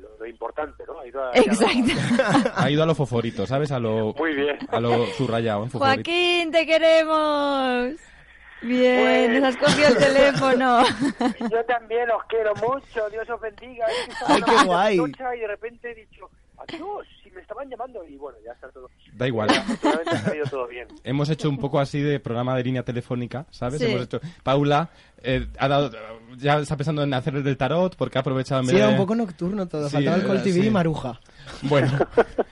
Speaker 7: lo, lo importante, ¿no? Ha ido a-
Speaker 5: Exacto.
Speaker 3: Ha ido a lo foforito, ¿sabes? A lo,
Speaker 7: Muy bien.
Speaker 3: a lo subrayado. En foforito.
Speaker 5: Joaquín, te queremos. Bien,
Speaker 7: Bueno.
Speaker 5: nos has cogido el teléfono.
Speaker 7: Yo también os quiero mucho, Dios os bendiga. Es que estaba
Speaker 4: Ay, qué
Speaker 7: hablando de
Speaker 4: guay.
Speaker 7: Tocha Y de repente he dicho, Adiós, si me estaban llamando. Y bueno, ya está todo.
Speaker 3: Da igual.
Speaker 7: Afortunadamente ha salido todo bien.
Speaker 3: Hemos hecho un poco así de programa de línea telefónica, ¿sabes?
Speaker 5: Sí.
Speaker 3: Hemos hecho. Paula eh, ha dado, ya está pensando en hacer el del tarot porque ha aprovechado en
Speaker 4: Sí,
Speaker 3: vez
Speaker 4: era un
Speaker 3: de-
Speaker 4: poco nocturno todo.
Speaker 3: Sí,
Speaker 4: Faltaba el Call
Speaker 3: era,
Speaker 4: TV
Speaker 3: sí.
Speaker 4: y Maruja.
Speaker 3: Bueno,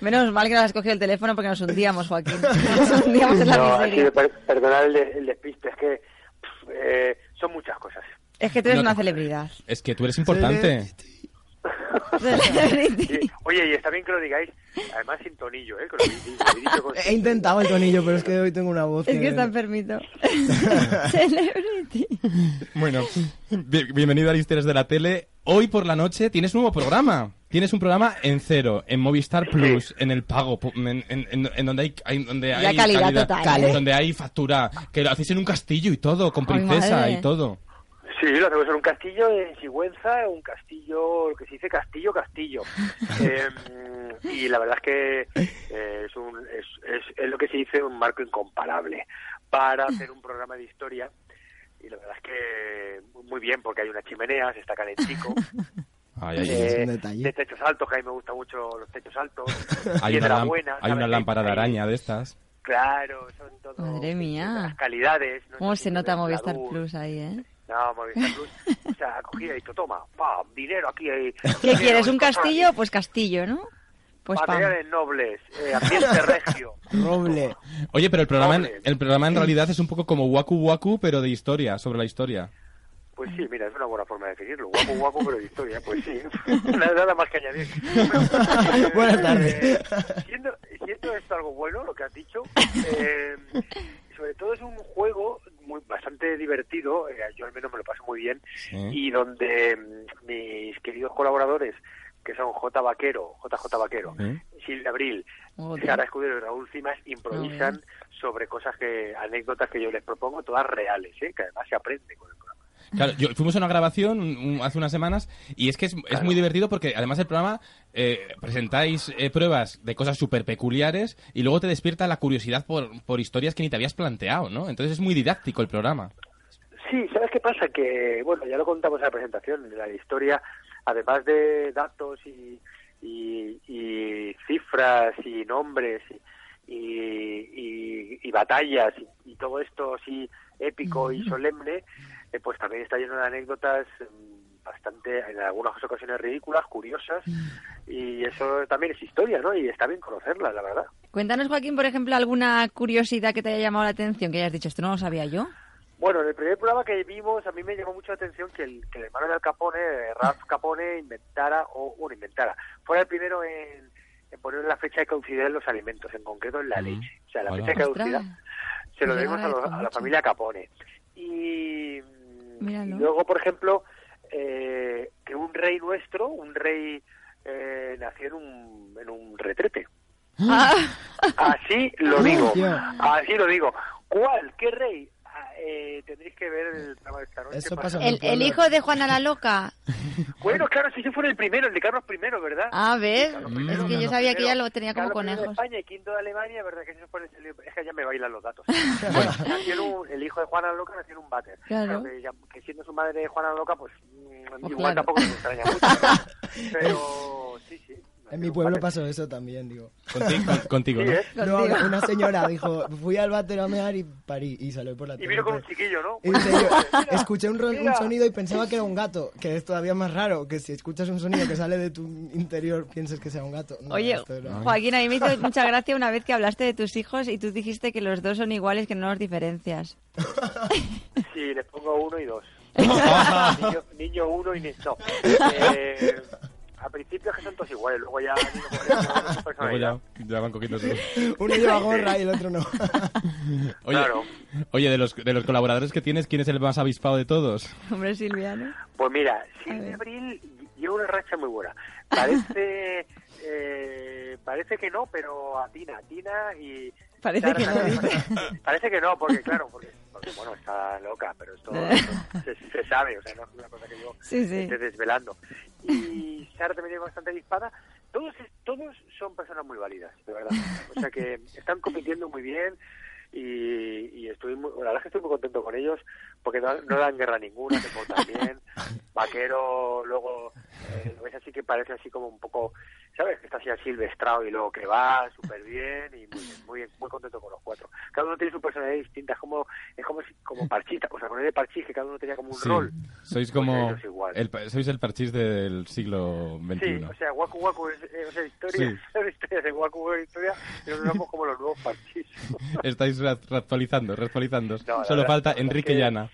Speaker 5: Menos mal que no has cogido el teléfono porque nos hundíamos, Joaquín. Nos hundíamos en la
Speaker 7: No, así
Speaker 5: miseria.
Speaker 7: de per- perdonar el, de- el despiste, es que pf, eh, son muchas cosas.
Speaker 5: Es que tú eres
Speaker 3: No te-
Speaker 5: una celebridad.
Speaker 3: es que tú eres importante.
Speaker 7: Y- oye, y está bien que lo digáis, además sin tonillo, ¿eh? Que lo habéis dicho, lo habéis dicho con-
Speaker 4: He intentado el tonillo, pero es que hoy tengo una voz.
Speaker 5: Es que está enfermito. Celebrity.
Speaker 3: Bueno, bien- bienvenido a Listeres de la Tele. Hoy por la noche tienes un nuevo programa. Tienes un programa en cero, en Movistar Plus, en el pago, pu- en, en- en- en donde hay, hay- donde
Speaker 5: Ya
Speaker 3: hay
Speaker 5: calidad total,
Speaker 4: Cale. ¿eh?
Speaker 3: donde hay factura, que lo hacéis en un castillo y todo, con
Speaker 5: Ay,
Speaker 3: princesa
Speaker 5: madre.
Speaker 3: y todo.
Speaker 7: Sí, lo hacemos en un castillo en Sigüenza, un castillo, lo que se dice castillo, castillo. Eh, y la verdad es que eh, es, un, es, es- es lo que se dice un marco incomparable para hacer un programa de historia. Y la verdad es que muy bien, porque hay una chimenea, se está calentico.
Speaker 3: Ay, ay, ay.
Speaker 7: Eh,
Speaker 4: un detalle.
Speaker 7: de techos altos, que a mí me gustan mucho los techos altos.
Speaker 3: Hay una,
Speaker 7: piedra
Speaker 3: lamp-
Speaker 7: buena,
Speaker 3: hay
Speaker 7: ¿sabes?
Speaker 3: una lámpara de araña de estas.
Speaker 7: Claro, son todo.
Speaker 5: Madre mía.
Speaker 7: Las calidades. ¿no?
Speaker 5: ¿Cómo se nota
Speaker 7: La
Speaker 5: Movistar
Speaker 7: luz.
Speaker 5: Plus ahí, eh?
Speaker 7: No, Movistar Plus. O sea, cogía y dicho, toma, pam, dinero aquí. ahí.
Speaker 5: ¿Qué
Speaker 7: Dinero,
Speaker 5: quieres? ¿Un
Speaker 7: esto, pam,
Speaker 5: castillo? Pues castillo, ¿no? Pues pam.
Speaker 7: Materiales nobles, eh, ambiente regio.
Speaker 4: Roble.
Speaker 3: Oye, pero el programa, en-
Speaker 7: Hombre.
Speaker 3: el programa en realidad es un poco como Waku Waku, pero de historia, sobre la historia.
Speaker 7: Pues sí, mira, es una buena forma de definirlo. Guapo, guapo, pero de historia, pues sí. Nada, nada más que añadir. Eh,
Speaker 4: Buenas tardes.
Speaker 7: eh, siendo, siendo esto algo bueno, lo que has dicho, eh, sobre todo es un juego muy bastante divertido, eh, yo al menos me lo paso muy bien,
Speaker 3: ¿Eh?
Speaker 7: y donde mm, mis queridos colaboradores, que son J. Vaquero, JJ Vaquero,
Speaker 3: Sí.
Speaker 7: Silvia Abril,
Speaker 5: Joder.
Speaker 7: Sara Escudero y Raúl Cimas improvisan sobre cosas que, anécdotas que yo les propongo, todas reales, ¿eh? que además se aprende con el programa.
Speaker 3: Claro, yo, fuimos a una grabación un- hace unas semanas y es que es, es muy divertido porque además del programa eh, presentáis eh, pruebas de cosas súper peculiares y luego te despierta la curiosidad por, por historias que ni te habías planteado, ¿no? Entonces es muy didáctico el programa.
Speaker 7: Sí, ¿sabes qué pasa? Que, bueno, ya lo contamos en la presentación, en la historia, además de datos y, y- y cifras y nombres y, y- y batallas y, y todo esto así épico y solemne, eh, pues también está lleno de anécdotas mm, bastante, en algunas ocasiones ridículas, curiosas, y eso también es historia, ¿no? Y está bien conocerla, la verdad.
Speaker 5: Cuéntanos, Joaquín, por ejemplo, alguna curiosidad que te haya llamado la atención, que hayas dicho, esto no lo sabía yo.
Speaker 7: Bueno, en el primer programa que vimos, a mí me llamó mucho la atención que el, que el hermano de Al Capone, eh, Ralph Capone, inventara, o bueno, inventara, fuera el primero en, en poner la fecha de caducidad en los alimentos, en concreto en la
Speaker 3: Ujú.
Speaker 7: leche. O sea, la
Speaker 3: Hola.
Speaker 7: fecha de caducidad
Speaker 5: Mm. Ostras,
Speaker 7: se lo
Speaker 5: Yo
Speaker 7: debemos a, los-
Speaker 5: agradezco
Speaker 7: a la
Speaker 5: mucho.
Speaker 7: familia Capone. Y, mm,
Speaker 5: Míralo.
Speaker 7: y luego, por ejemplo, eh, que un rey nuestro, un rey, eh, nació en un, en un retrete. Así
Speaker 4: Ah,
Speaker 7: lo digo.
Speaker 4: Hostia.
Speaker 7: Así lo digo. ¿Cuál? ¿Qué rey? Ah, eh, tendréis que ver el programa de esta noche.
Speaker 4: Eso
Speaker 7: para-
Speaker 4: pasa
Speaker 5: el, el hijo de Juana la Loca.
Speaker 7: Bueno, claro, si yo fuera el primero, el de Carlos I, ¿verdad?
Speaker 5: A ver,
Speaker 7: Carlos I,
Speaker 5: es Ah, que yo
Speaker 7: Carlos
Speaker 5: sabía que
Speaker 7: I.
Speaker 5: ella lo tenía como
Speaker 7: Carlos I de
Speaker 5: conejos.
Speaker 7: España y quinto de Alemania, ¿verdad? Que eso fue el- es que ya me bailan los datos. bueno, nació en un- el hijo de Juana la Loca nació en un váter.
Speaker 5: Claro.
Speaker 7: que, ya- que siendo su madre Juana la Loca, pues mm,
Speaker 5: Pues
Speaker 7: igual
Speaker 5: claro.
Speaker 7: tampoco nos extraña mucho. Pero sí, sí. nació
Speaker 4: En
Speaker 7: un
Speaker 4: mi pueblo
Speaker 7: váter.
Speaker 4: pasó eso también, digo.
Speaker 3: Conti- con- contigo,
Speaker 7: Sí,
Speaker 3: ¿no?
Speaker 7: ¿eh?
Speaker 4: No, una señora dijo, fui al váter a mear y parí, y salió por la
Speaker 7: Y
Speaker 4: tele.
Speaker 7: vino con un chiquillo, ¿no?
Speaker 4: Y
Speaker 7: Bueno,
Speaker 4: dice yo,
Speaker 7: mira,
Speaker 4: escuché un, ro- un
Speaker 7: mira.
Speaker 4: sonido y pensaba que era un gato, que es todavía más raro, que si escuchas un sonido que sale de tu interior pienses que sea un gato. No,
Speaker 5: Oye,
Speaker 4: esto era-
Speaker 5: Joaquín, a mí me hizo mucha gracia una vez que hablaste de tus hijos y tú dijiste que los dos son iguales, que no los diferencias.
Speaker 7: Sí, les pongo uno y dos. niño, niño uno y ni... No. Eh, a principio es que son todos iguales, luego ya... digo, bueno, es una
Speaker 3: Luego
Speaker 7: personalidad.
Speaker 3: ya, ya van cogiendo todo.
Speaker 4: Uno lleva gorra y el otro no.
Speaker 3: Oye,
Speaker 7: Claro.
Speaker 3: oye de, los, de los colaboradores que tienes, ¿quién es el más avispado de todos?
Speaker 5: Hombre, Silviano.
Speaker 7: Pues mira,
Speaker 5: A ver.
Speaker 7: Silvia Abril lleva una racha muy buena. Parece... eh, parece que no, pero atina, atina y...
Speaker 5: Parece que no, dice.
Speaker 7: Parece que no, porque claro, porque, porque, bueno, está loca, pero esto se, se sabe, o sea, no es una cosa que yo
Speaker 5: Sí, sí.
Speaker 7: esté desvelando. Y Sara también es bastante disparada. Todos, todos son personas muy válidas, de verdad. O sea que están compitiendo muy bien y, y estoy muy, la verdad es que estoy muy contento con ellos porque no, no dan guerra ninguna, se portan bien. Vaquero, luego eh, lo ves así que parece así como un poco, ¿sabes? Que está así silvestrado y luego que va súper bien y muy bien, muy bien, muy contento con los cuatro. Cada uno tiene su personalidad distinta, es como, es como, si- como parchita, o sea, con el de parchis que cada uno tenía como un
Speaker 3: Sí.
Speaker 7: rol. pues
Speaker 3: Sois como.
Speaker 7: ellos igual.
Speaker 3: el pa- sois el parchís del siglo XXI.
Speaker 7: Sí, pues o sea, Waku Waku es, es una historia,
Speaker 3: Sí.
Speaker 7: es una historia de Waku Waku es una historia, y nosotros somos como los nuevos parchis.
Speaker 3: Estáis ra- actualizando, actualizando.
Speaker 7: la
Speaker 3: Solo
Speaker 7: verdad-
Speaker 3: falta
Speaker 7: la verdad
Speaker 3: Enrique
Speaker 7: que-
Speaker 3: Llana.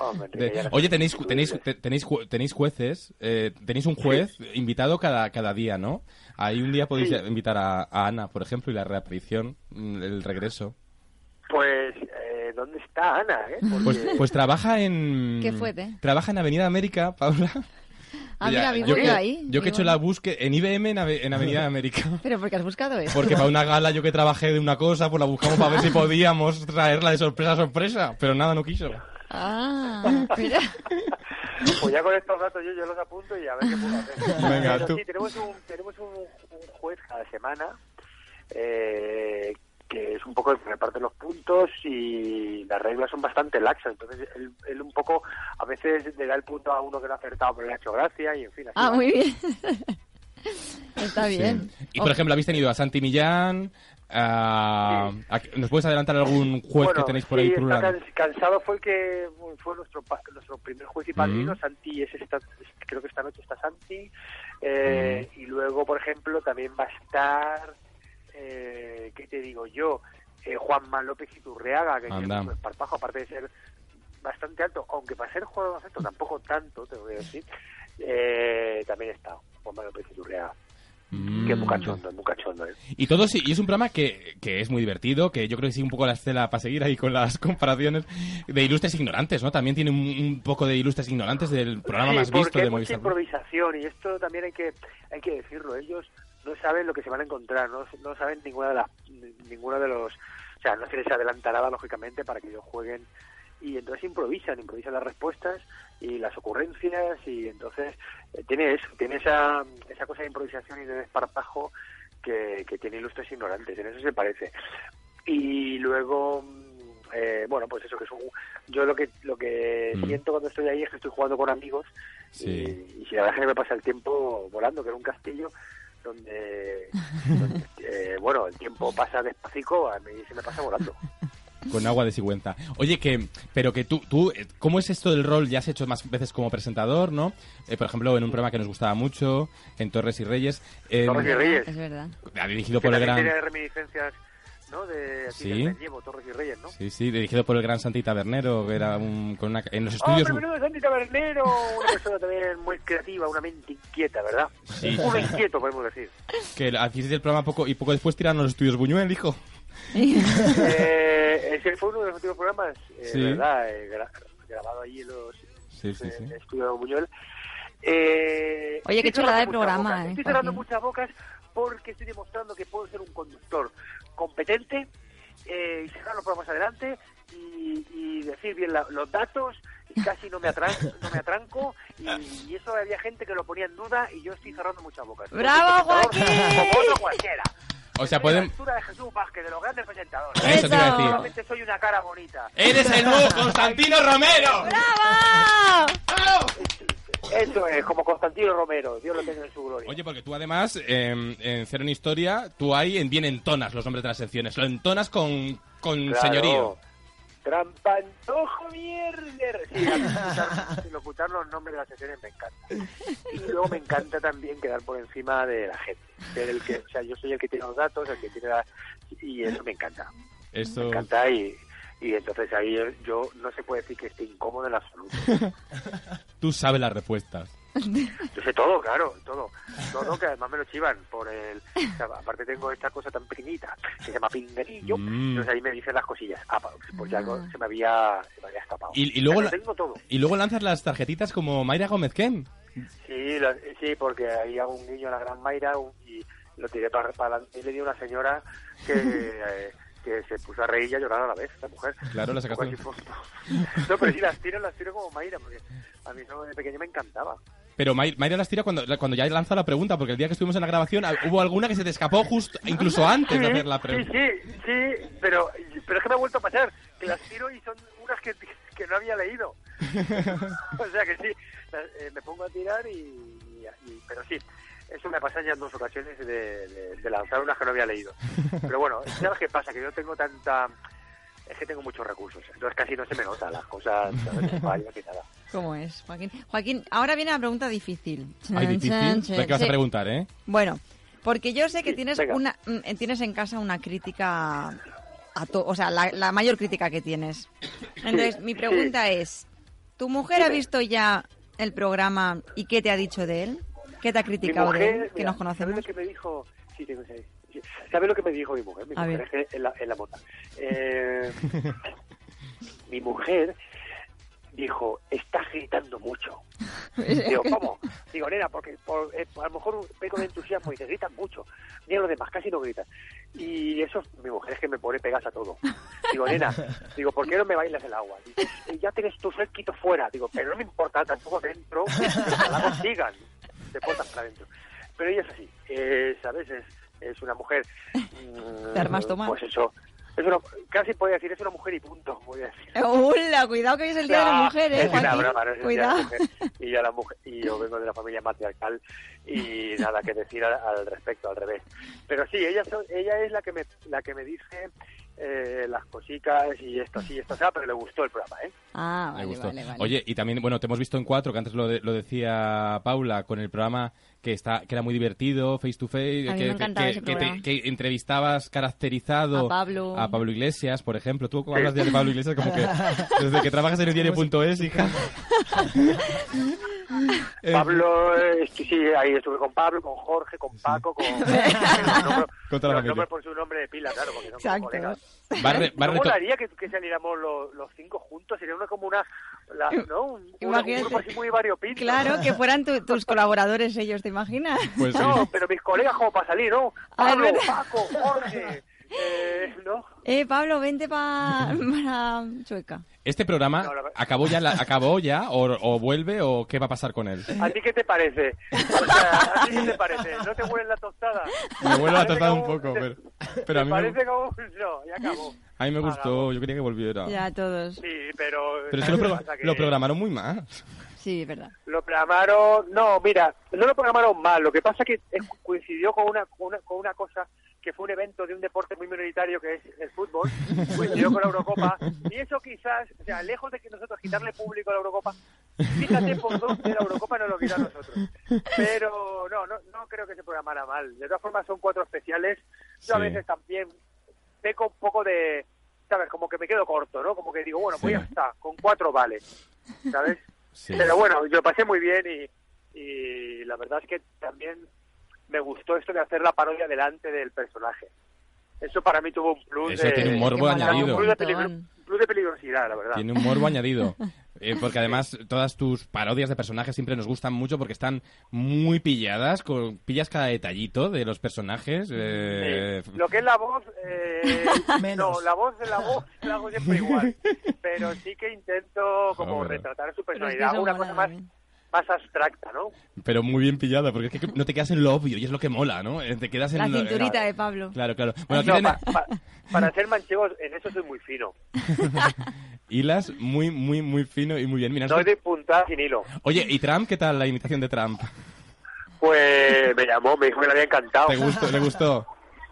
Speaker 7: Hombre,
Speaker 3: De-
Speaker 7: ya no
Speaker 3: oye,
Speaker 7: sé,
Speaker 3: tenéis,
Speaker 7: tú
Speaker 3: tenéis,
Speaker 7: dices.
Speaker 3: te- tenéis, ju- tenéis jueces, eh, tenéis un juez invitado cada, cada día, ¿no? Ahí un día podéis
Speaker 7: Sí.
Speaker 3: invitar a, a Ana, por ejemplo, y la reaparición, mm, el regreso.
Speaker 7: Pues, eh, ¿dónde está Ana? Eh?
Speaker 3: Pues,
Speaker 7: Porque-
Speaker 3: pues trabaja en...
Speaker 5: Qué fuerte.
Speaker 3: Trabaja en Avenida América, Paula.
Speaker 5: Ah,
Speaker 3: Ya,
Speaker 5: mira, vivo
Speaker 3: yo
Speaker 5: yo
Speaker 3: que,
Speaker 5: ahí.
Speaker 3: Yo que he
Speaker 5: vivo
Speaker 3: hecho
Speaker 5: ahí.
Speaker 3: la búsqueda en IBM en, Ave- en Avenida América.
Speaker 5: Pero porque has buscado eso.
Speaker 3: Porque para una gala yo que trabajé de una cosa, pues la buscamos para ver si podíamos traerla de sorpresa a sorpresa, pero nada, no quiso.
Speaker 5: Ah, mira.
Speaker 7: Pues ya con estos datos yo, yo los apunto y a ver qué puedo hacer.
Speaker 3: Venga,
Speaker 7: Pero
Speaker 3: tú.
Speaker 7: Sí, tenemos un, tenemos un, un juez cada semana eh, que es un poco el que reparte los puntos y las reglas son bastante laxas. Entonces él, él un poco a veces le da el punto a uno que no ha acertado pero le ha hecho gracia y en fin. así
Speaker 5: Ah,
Speaker 7: va.
Speaker 5: muy bien. Está bien.
Speaker 3: Sí. Y por
Speaker 5: Oh,
Speaker 3: ejemplo, habéis tenido a Santi Millán. A... a- ¿Nos puedes adelantar algún juez
Speaker 7: Bueno,
Speaker 3: que tenéis por
Speaker 7: sí,
Speaker 3: ahí
Speaker 7: está
Speaker 3: plurando?
Speaker 7: can- Cansado fue el que fue nuestro pa- nuestro primer juez y padrino,
Speaker 3: Mm.
Speaker 7: Santi es esta, es- creo que esta noche está Santi eh,
Speaker 3: Mm.
Speaker 7: y luego por ejemplo también va a estar eh, qué te digo yo eh, Juanma López Iturriaga que
Speaker 3: Anda.
Speaker 7: tiene un esparpajo aparte de ser bastante alto, aunque para ser jugador más alto tampoco tanto, te voy a decir eh, también está Juanma López Iturriaga
Speaker 3: Mm.
Speaker 7: que es muy cachondo, es muy cachondo eh.
Speaker 3: Y todo sí, y es un programa que, que es muy divertido, que yo creo que sigue un poco la estela para seguir ahí con las comparaciones de ilustres ignorantes, ¿no? También tiene un, un poco de ilustres ignorantes del programa
Speaker 7: Sí,
Speaker 3: más
Speaker 7: porque
Speaker 3: visto
Speaker 7: hay
Speaker 3: de
Speaker 7: mucha
Speaker 3: Movistar.
Speaker 7: improvisación y esto también hay que hay que decirlo. Ellos no saben lo que se van a encontrar, no, no saben ninguna de las ni- ninguno de los, o sea, no se les adelanta nada lógicamente para que ellos jueguen y entonces improvisan, improvisan las respuestas y las ocurrencias y entonces eh, tiene eso, tiene esa esa cosa de improvisación y de desparpajo que, que tiene ilustres ignorantes, en eso se parece. Y luego mm, eh, bueno, pues eso que es un, yo lo que lo que
Speaker 3: Mm.
Speaker 7: siento cuando estoy ahí es que estoy jugando con amigos
Speaker 3: Sí.
Speaker 7: y, y si la verdad es que me pasa el tiempo volando, que era un castillo donde, donde, eh, bueno, el tiempo pasa despacito, a mí se me pasa volando.
Speaker 3: Con agua de sigüenza. Oye, que, pero que tú, tú, eh, ¿cómo es esto del rol? Ya has hecho más veces como presentador, ¿no? Eh, por ejemplo, en un programa que nos gustaba mucho, en Torres y Reyes. en-
Speaker 7: Torres y Reyes.
Speaker 5: Es verdad.
Speaker 3: ha dirigido
Speaker 7: Que
Speaker 3: Eh, por el
Speaker 7: también
Speaker 3: gran...
Speaker 7: tiene reminiscencias, ¿no? De así
Speaker 3: Sí.
Speaker 7: del medievo, Torres y Reyes, ¿no?
Speaker 3: Sí, sí, dirigido por el gran Santi Tabernero, que era un, con una, en los
Speaker 7: ¡Ah,
Speaker 3: estudios...
Speaker 7: pero menudo Santi Tabernero! Una persona también muy creativa, una mente inquieta, ¿verdad?
Speaker 3: Sí.
Speaker 7: Un inquieto, podemos decir.
Speaker 3: que hacéis el programa poco y poco después tiraron a los estudios Buñuel, hijo.
Speaker 7: Eh, ese fue uno de los últimos programas, eh,
Speaker 3: Sí.
Speaker 7: ¿verdad? Eh, gra- grabado ahí en los
Speaker 3: Sí, sí, sí.
Speaker 7: en el estudio de Buñuel. Eh,
Speaker 5: Oye, qué
Speaker 7: estoy
Speaker 5: chulada de
Speaker 7: cerrando muchas
Speaker 5: programa,
Speaker 7: bocas,
Speaker 5: eh,
Speaker 7: Estoy
Speaker 5: Joaquín.
Speaker 7: cerrando muchas bocas porque estoy demostrando que puedo ser un conductor competente eh, y sacar los programas adelante y, y decir bien la- los datos y casi no me atranco, no me atranco y, y eso había gente que lo ponía en duda y yo estoy cerrando muchas bocas.
Speaker 5: ¡Bravo,
Speaker 7: Soy un presentador
Speaker 5: Joaquín!
Speaker 7: Como otro cualquiera.
Speaker 3: O sea,
Speaker 7: Estoy a la
Speaker 3: pueden...
Speaker 7: altura de Jesús Vázquez, de los grandes presentadores.
Speaker 3: Eso te iba a decir.
Speaker 7: Solamente soy una cara bonita.
Speaker 3: ¡Eres el nuevo Constantino Romero!
Speaker 5: ¡Bravo!
Speaker 7: Eso es, como Constantino Romero. Dios lo tenga en su gloria.
Speaker 3: Oye, porque tú además, eh, en Cero en Historia, tú ahí en- bien entonas los nombres de las secciones. Lo entonas con, con
Speaker 7: Claro.
Speaker 3: señorío.
Speaker 7: Trampantojo mierder. Sí, a mí escuchar, escuchar los nombres de las sesiones me encanta. Y luego me encanta también quedar por encima de la gente. Ser el que, o sea, yo soy el que tiene los datos, el que tiene la... Y eso me encanta. Me
Speaker 3: Eso...
Speaker 7: encanta y, y entonces ahí yo, yo no se puede decir que esté incómodo en absoluto.
Speaker 3: Tú sabes las respuestas.
Speaker 7: Yo sé todo, claro, todo. Todo que además me lo chivan por el... o sea, aparte tengo esta cosa tan pequeñita que se llama pinganillo.
Speaker 3: Mm.
Speaker 7: Entonces ahí me dicen las cosillas. Ah, pa- pues ya no- se me había, se me había escapado.
Speaker 3: Y- y luego
Speaker 7: O sea,
Speaker 3: la-
Speaker 7: lo tengo todo.
Speaker 3: Y luego lanzas las tarjetitas como Mayra Gómez Ken.
Speaker 7: Sí, lo- sí, porque ahí hago un guiño a la gran Mayra un- y lo tiré para para adelante y le di a una señora que, eh, que se puso a reír y a llorar a la vez, esta mujer.
Speaker 3: Claro, la sacaste.
Speaker 7: Como si fu- No, pero sí, las tiro, las tiro como Mayra, porque a mí eso de pequeño me encantaba.
Speaker 3: Pero May- Mayra las tira cuando, cuando ya lanza la pregunta, porque el día que estuvimos en la grabación ah, hubo alguna que se te escapó justo, incluso antes de hacer la
Speaker 7: Sí,
Speaker 3: pregunta.
Speaker 7: sí, sí, pero ha vuelto a pasar, que las tiro y son unas que, que no había leído. o sea que sí, las- eh, me pongo a tirar y, y- Pero sí, eso me pasa ya en dos ocasiones de, de- de lanzar unas que no había leído. Pero bueno, ¿sabes qué pasa? Que yo tengo tanta... Es que tengo muchos recursos, entonces casi no se me nota las cosas, ¿sabes? Que falla, que nada.
Speaker 5: ¿Cómo es, Joaquín? Joaquín, ahora viene la pregunta difícil.
Speaker 3: Ay,
Speaker 5: Chan,
Speaker 3: Ah, difícil.
Speaker 5: chan, chan.
Speaker 3: ¿De qué vas a
Speaker 5: Sí.
Speaker 3: preguntar, eh?
Speaker 5: Bueno, porque yo sé que
Speaker 7: Sí,
Speaker 5: tienes
Speaker 7: venga.
Speaker 5: una mm, eh, tienes en casa una crítica a to- o sea, la, la mayor crítica que tienes. Entonces, mi pregunta es, ¿tu mujer ha
Speaker 7: Dime.
Speaker 5: visto ya el programa y qué te ha dicho de él? ¿Qué te ha
Speaker 7: Mi
Speaker 5: criticado de él?
Speaker 7: mujer,
Speaker 5: Que
Speaker 7: mira,
Speaker 5: nos
Speaker 7: ¿Sabes
Speaker 5: conocemos.
Speaker 7: lo que me dijo? Sí, tengo seis. Sí. ¿Sabes lo que me dijo mi mujer? Mi
Speaker 5: A
Speaker 7: mujer
Speaker 5: ver.
Speaker 7: es que en la, en la mota. Eh, mi mujer dijo, estás gritando mucho. Digo, ¿cómo? Digo, nena, porque por- eh, a lo mejor un peco de entusiasmo y te gritan mucho. Mira los demás, casi no gritan. Y eso, mi mujer es que me pone pegas a todo. Digo, nena, digo, ¿por qué no me bailas el agua? Dice, "Eh, ya tienes tu cerquito fuera. Digo, pero no me importa, tampoco dentro. Ojalá consigan. Te portas para adentro. Pero ella es así. Eh, Es, a veces es una mujer... mm,
Speaker 5: Te armas tomar.
Speaker 7: Pues eso. Es una, casi podría decir, es una mujer y punto, voy a decir.
Speaker 5: Hola, cuidado que hoy es el día de la
Speaker 7: Ah,
Speaker 5: mujer, eh,
Speaker 7: es una
Speaker 5: Joaquín.
Speaker 7: broma, no es el día de la
Speaker 5: cuidado.
Speaker 7: mujer. Y yo, la mujer- y yo vengo de la familia matriarcal y nada que decir al, al respecto, al revés. Pero sí, ella, so- ella es la que me, la que me dice eh, las cositas y esto, sí, esto, o sea, pero le gustó el programa, ¿eh?
Speaker 5: Ah,
Speaker 3: Me
Speaker 5: vale,
Speaker 3: gustó.
Speaker 5: vale, vale.
Speaker 3: Oye, y también, bueno, te hemos visto en cuatro, que antes lo, de- lo decía Paula, con el programa que está que era muy divertido, face to face,
Speaker 5: A mí
Speaker 3: que,
Speaker 5: me encantaba
Speaker 3: que-
Speaker 5: ese
Speaker 3: que te-
Speaker 5: programa.
Speaker 3: que entrevistabas caracterizado
Speaker 5: A Pablo.
Speaker 3: a Pablo Iglesias, por ejemplo. Tú hablas de Pablo Iglesias como que desde que trabajas en el diario.es, hija. Eh,
Speaker 7: Pablo, eh, es que sí, ahí estuve con Pablo, con Jorge, con Paco, con...
Speaker 3: Con toda la
Speaker 7: los nombres
Speaker 3: familia.
Speaker 7: por su nombre de pila, claro, porque no
Speaker 5: Exacto.
Speaker 7: como colegas.
Speaker 3: va re- va
Speaker 7: ¿No
Speaker 3: reto-
Speaker 7: molaría que, que saliéramos los, los cinco juntos? Sería una como una... la- ¿no? Un, un- un
Speaker 5: Imagínate.
Speaker 7: grupo así muy variopinto.
Speaker 5: Claro, que fueran tu- tus colaboradores ellos, ¿te imaginas?
Speaker 3: Pues sí.
Speaker 7: No, pero mis colegas como para salir, ¿no?
Speaker 5: Ah, es
Speaker 7: Pablo,
Speaker 5: verdad.
Speaker 7: Paco, Jorge, eh, ¿no?
Speaker 5: Eh, Pablo, vente pa- para Chueca.
Speaker 3: Este programa
Speaker 7: No, la verdad-
Speaker 3: acabó ya, la- acabó ya o, o vuelve o qué va a pasar con él.
Speaker 7: ¿A ti qué te parece? O sea, ¿a ti qué te parece? ¿No te huele la tostada?
Speaker 3: Me vuelvo a
Speaker 7: Parece
Speaker 3: tratar un
Speaker 7: como-
Speaker 3: poco,
Speaker 7: te-
Speaker 3: pero,
Speaker 7: te
Speaker 3: pero a mí me,
Speaker 7: parece como... No, ya acabó.
Speaker 3: a mí me
Speaker 7: Acabó.
Speaker 3: gustó, yo quería que volviera.
Speaker 5: Ya todos.
Speaker 7: Sí, pero...
Speaker 3: Pero es que lo,
Speaker 7: ¿sabes qué
Speaker 3: pro-
Speaker 7: pasa? Que
Speaker 3: lo programaron muy mal.
Speaker 5: Sí, es verdad.
Speaker 7: Lo programaron... No, mira, no lo programaron mal. Lo que pasa que es- coincidió con una, con una, con una cosa que fue un evento de un deporte muy minoritario que es el fútbol, coincidió con la Eurocopa, y eso quizás, o sea, lejos de que nosotros quitarle público a la Eurocopa, fíjate por dónde la Eurocopa no lo quita a nosotros. Pero no, no, no creo que se programara mal. De todas formas, son cuatro especiales. Yo a
Speaker 3: Sí.
Speaker 7: veces también peco un poco de, ¿sabes? Como que me quedo corto, ¿no? Como que digo, bueno, pues
Speaker 3: Sí.
Speaker 7: ya está, con cuatro vale, ¿sabes?
Speaker 3: Sí.
Speaker 7: Pero bueno, yo pasé muy bien y, y la verdad es que también me gustó esto de hacer la parodia delante del personaje. Eso para mí tuvo un plus
Speaker 3: Eso
Speaker 7: de...
Speaker 3: tiene un morbo
Speaker 5: que Eh, mola
Speaker 7: un
Speaker 3: añadido.
Speaker 7: plus de,
Speaker 5: montón.
Speaker 7: peligro- un plus de peligrosidad, la verdad.
Speaker 3: Tiene un morbo añadido. Eh, porque además todas tus parodias de personajes siempre nos gustan mucho porque están muy pilladas, con, pillas cada detallito de los personajes. eh,
Speaker 7: Sí. Lo que es la voz, eh, no,
Speaker 4: Menos.
Speaker 7: la voz de la voz la hago siempre igual, pero sí que intento como
Speaker 3: Joder.
Speaker 7: retratar su
Speaker 5: Pero es que
Speaker 7: personalidad,
Speaker 5: eso
Speaker 7: una
Speaker 5: mola
Speaker 7: cosa más,
Speaker 5: también.
Speaker 7: más abstracta, ¿no?
Speaker 3: Pero muy bien pillada, porque es que no te quedas en lo obvio y es lo que mola, ¿no? Eh, Te quedas en
Speaker 5: La
Speaker 3: lo-
Speaker 5: cinturita de Pablo.
Speaker 3: Claro, claro. Bueno, aquí
Speaker 7: No,
Speaker 3: tiene-
Speaker 7: pa- pa- para ser manchego, en eso soy muy fino,
Speaker 3: hilas muy, muy, muy fino y muy bien. Mira,
Speaker 7: no de puntada sin hilo.
Speaker 3: Oye, ¿y Trump? ¿Qué tal la imitación de Trump?
Speaker 7: Pues me llamó, me dijo que le había encantado.
Speaker 3: ¿Te gustó? ¿Le gustó?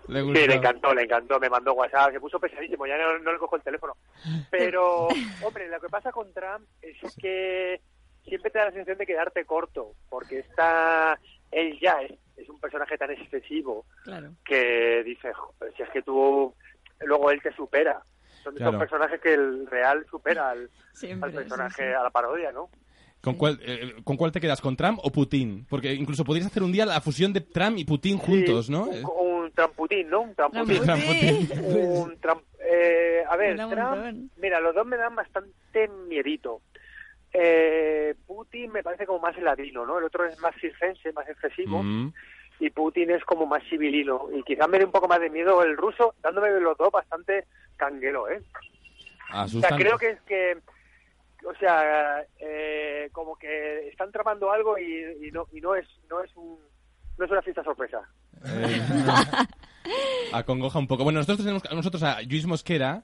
Speaker 3: ¿Le gustó?
Speaker 7: Sí, le encantó, le encantó, me mandó WhatsApp, se puso pesadísimo, ya no, no le cojo el teléfono. Pero, hombre, lo que pasa con Trump es que siempre te da la sensación de quedarte corto, porque está, él ya es, es un personaje tan excesivo
Speaker 5: Claro.
Speaker 7: que dice, "Joder, si es que tú, luego él te supera. Son de
Speaker 3: Claro.
Speaker 7: esos personajes que el real supera al,
Speaker 3: Pues
Speaker 5: Siempre.
Speaker 7: al personaje,
Speaker 5: sí, sí.
Speaker 7: a la parodia, ¿no?
Speaker 3: ¿Con cuál, eh, ¿Con cuál te quedas? ¿Con Trump o Putin? Porque incluso podrías hacer un día la fusión de Trump y Putin juntos,
Speaker 7: Sí,
Speaker 3: ¿no? Eh,
Speaker 7: Un, un tramputín, ¿no? Un
Speaker 5: Ramón,
Speaker 7: tramputín.
Speaker 3: Ramón,
Speaker 5: sí.
Speaker 7: un Trump. eh, a ver,
Speaker 5: Mola un
Speaker 7: Trump-
Speaker 5: montón.
Speaker 7: mira, los dos me dan bastante miedito. Eh, Putin me parece como más ladino, ¿no? El otro es más circense, más excesivo,
Speaker 3: Mm.
Speaker 7: y Putin es como más civilino. Y quizás me dé un poco más de miedo el ruso, dándome los dos bastante canguelo, ¿eh? O sea,
Speaker 3: Asustan.
Speaker 7: creo que es que, o sea, eh, como que están tramando algo y, y no, y no es, no es un, no es una fiesta sorpresa.
Speaker 3: Eh, acongoja un poco. Bueno, nosotros tenemos nosotros a Luis Mosquera,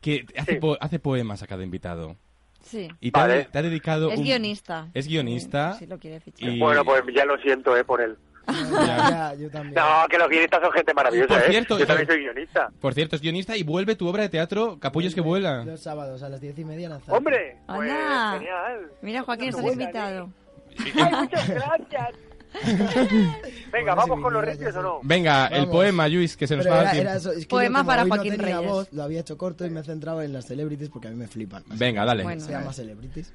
Speaker 3: que hace,
Speaker 7: Sí.
Speaker 3: po- hace poemas a cada invitado.
Speaker 5: Sí.
Speaker 3: Y te, ha-
Speaker 7: Vale.
Speaker 3: te ha dedicado.
Speaker 5: Es
Speaker 3: un-
Speaker 5: guionista.
Speaker 3: Es guionista.
Speaker 5: Si lo quiere fichar.
Speaker 3: Y-
Speaker 7: Bueno, pues ya lo siento, ¿eh? Por él.
Speaker 4: Ya, yo también.
Speaker 7: No, que los guionistas son gente maravillosa,
Speaker 3: Por
Speaker 7: ¿eh?
Speaker 3: cierto,
Speaker 7: Yo también
Speaker 3: eh,
Speaker 7: soy guionista.
Speaker 3: Por cierto, es guionista y vuelve tu obra de teatro Capullos que vuela.
Speaker 4: Los sábados a las diez y media en Azar.
Speaker 7: ¡Hombre! Pues,
Speaker 5: Anda.
Speaker 7: genial.
Speaker 5: Mira, Joaquín,
Speaker 3: Pues-
Speaker 5: estás
Speaker 7: Enhorabuena,
Speaker 5: invitado.
Speaker 7: Pues- ¡Ay, muchas gracias! Venga,
Speaker 4: Bueno,
Speaker 7: ¿vamos
Speaker 4: sí,
Speaker 7: con los
Speaker 4: ya,
Speaker 7: reyes
Speaker 4: ya,
Speaker 7: o no?
Speaker 3: Venga, el
Speaker 4: Vamos.
Speaker 3: poema, Luis, que se nos
Speaker 4: Pero
Speaker 3: va
Speaker 4: era,
Speaker 3: el tiempo.
Speaker 4: era eso, es que
Speaker 5: Poema
Speaker 4: yo, como
Speaker 5: para
Speaker 4: hoy
Speaker 5: Joaquín
Speaker 4: no tenía
Speaker 5: Reyes.
Speaker 4: voz, lo había hecho corto y me centraba en las celebrities porque a mí me flipan. Así
Speaker 3: Venga, dale.
Speaker 5: Bueno.
Speaker 4: se llama Celebrities.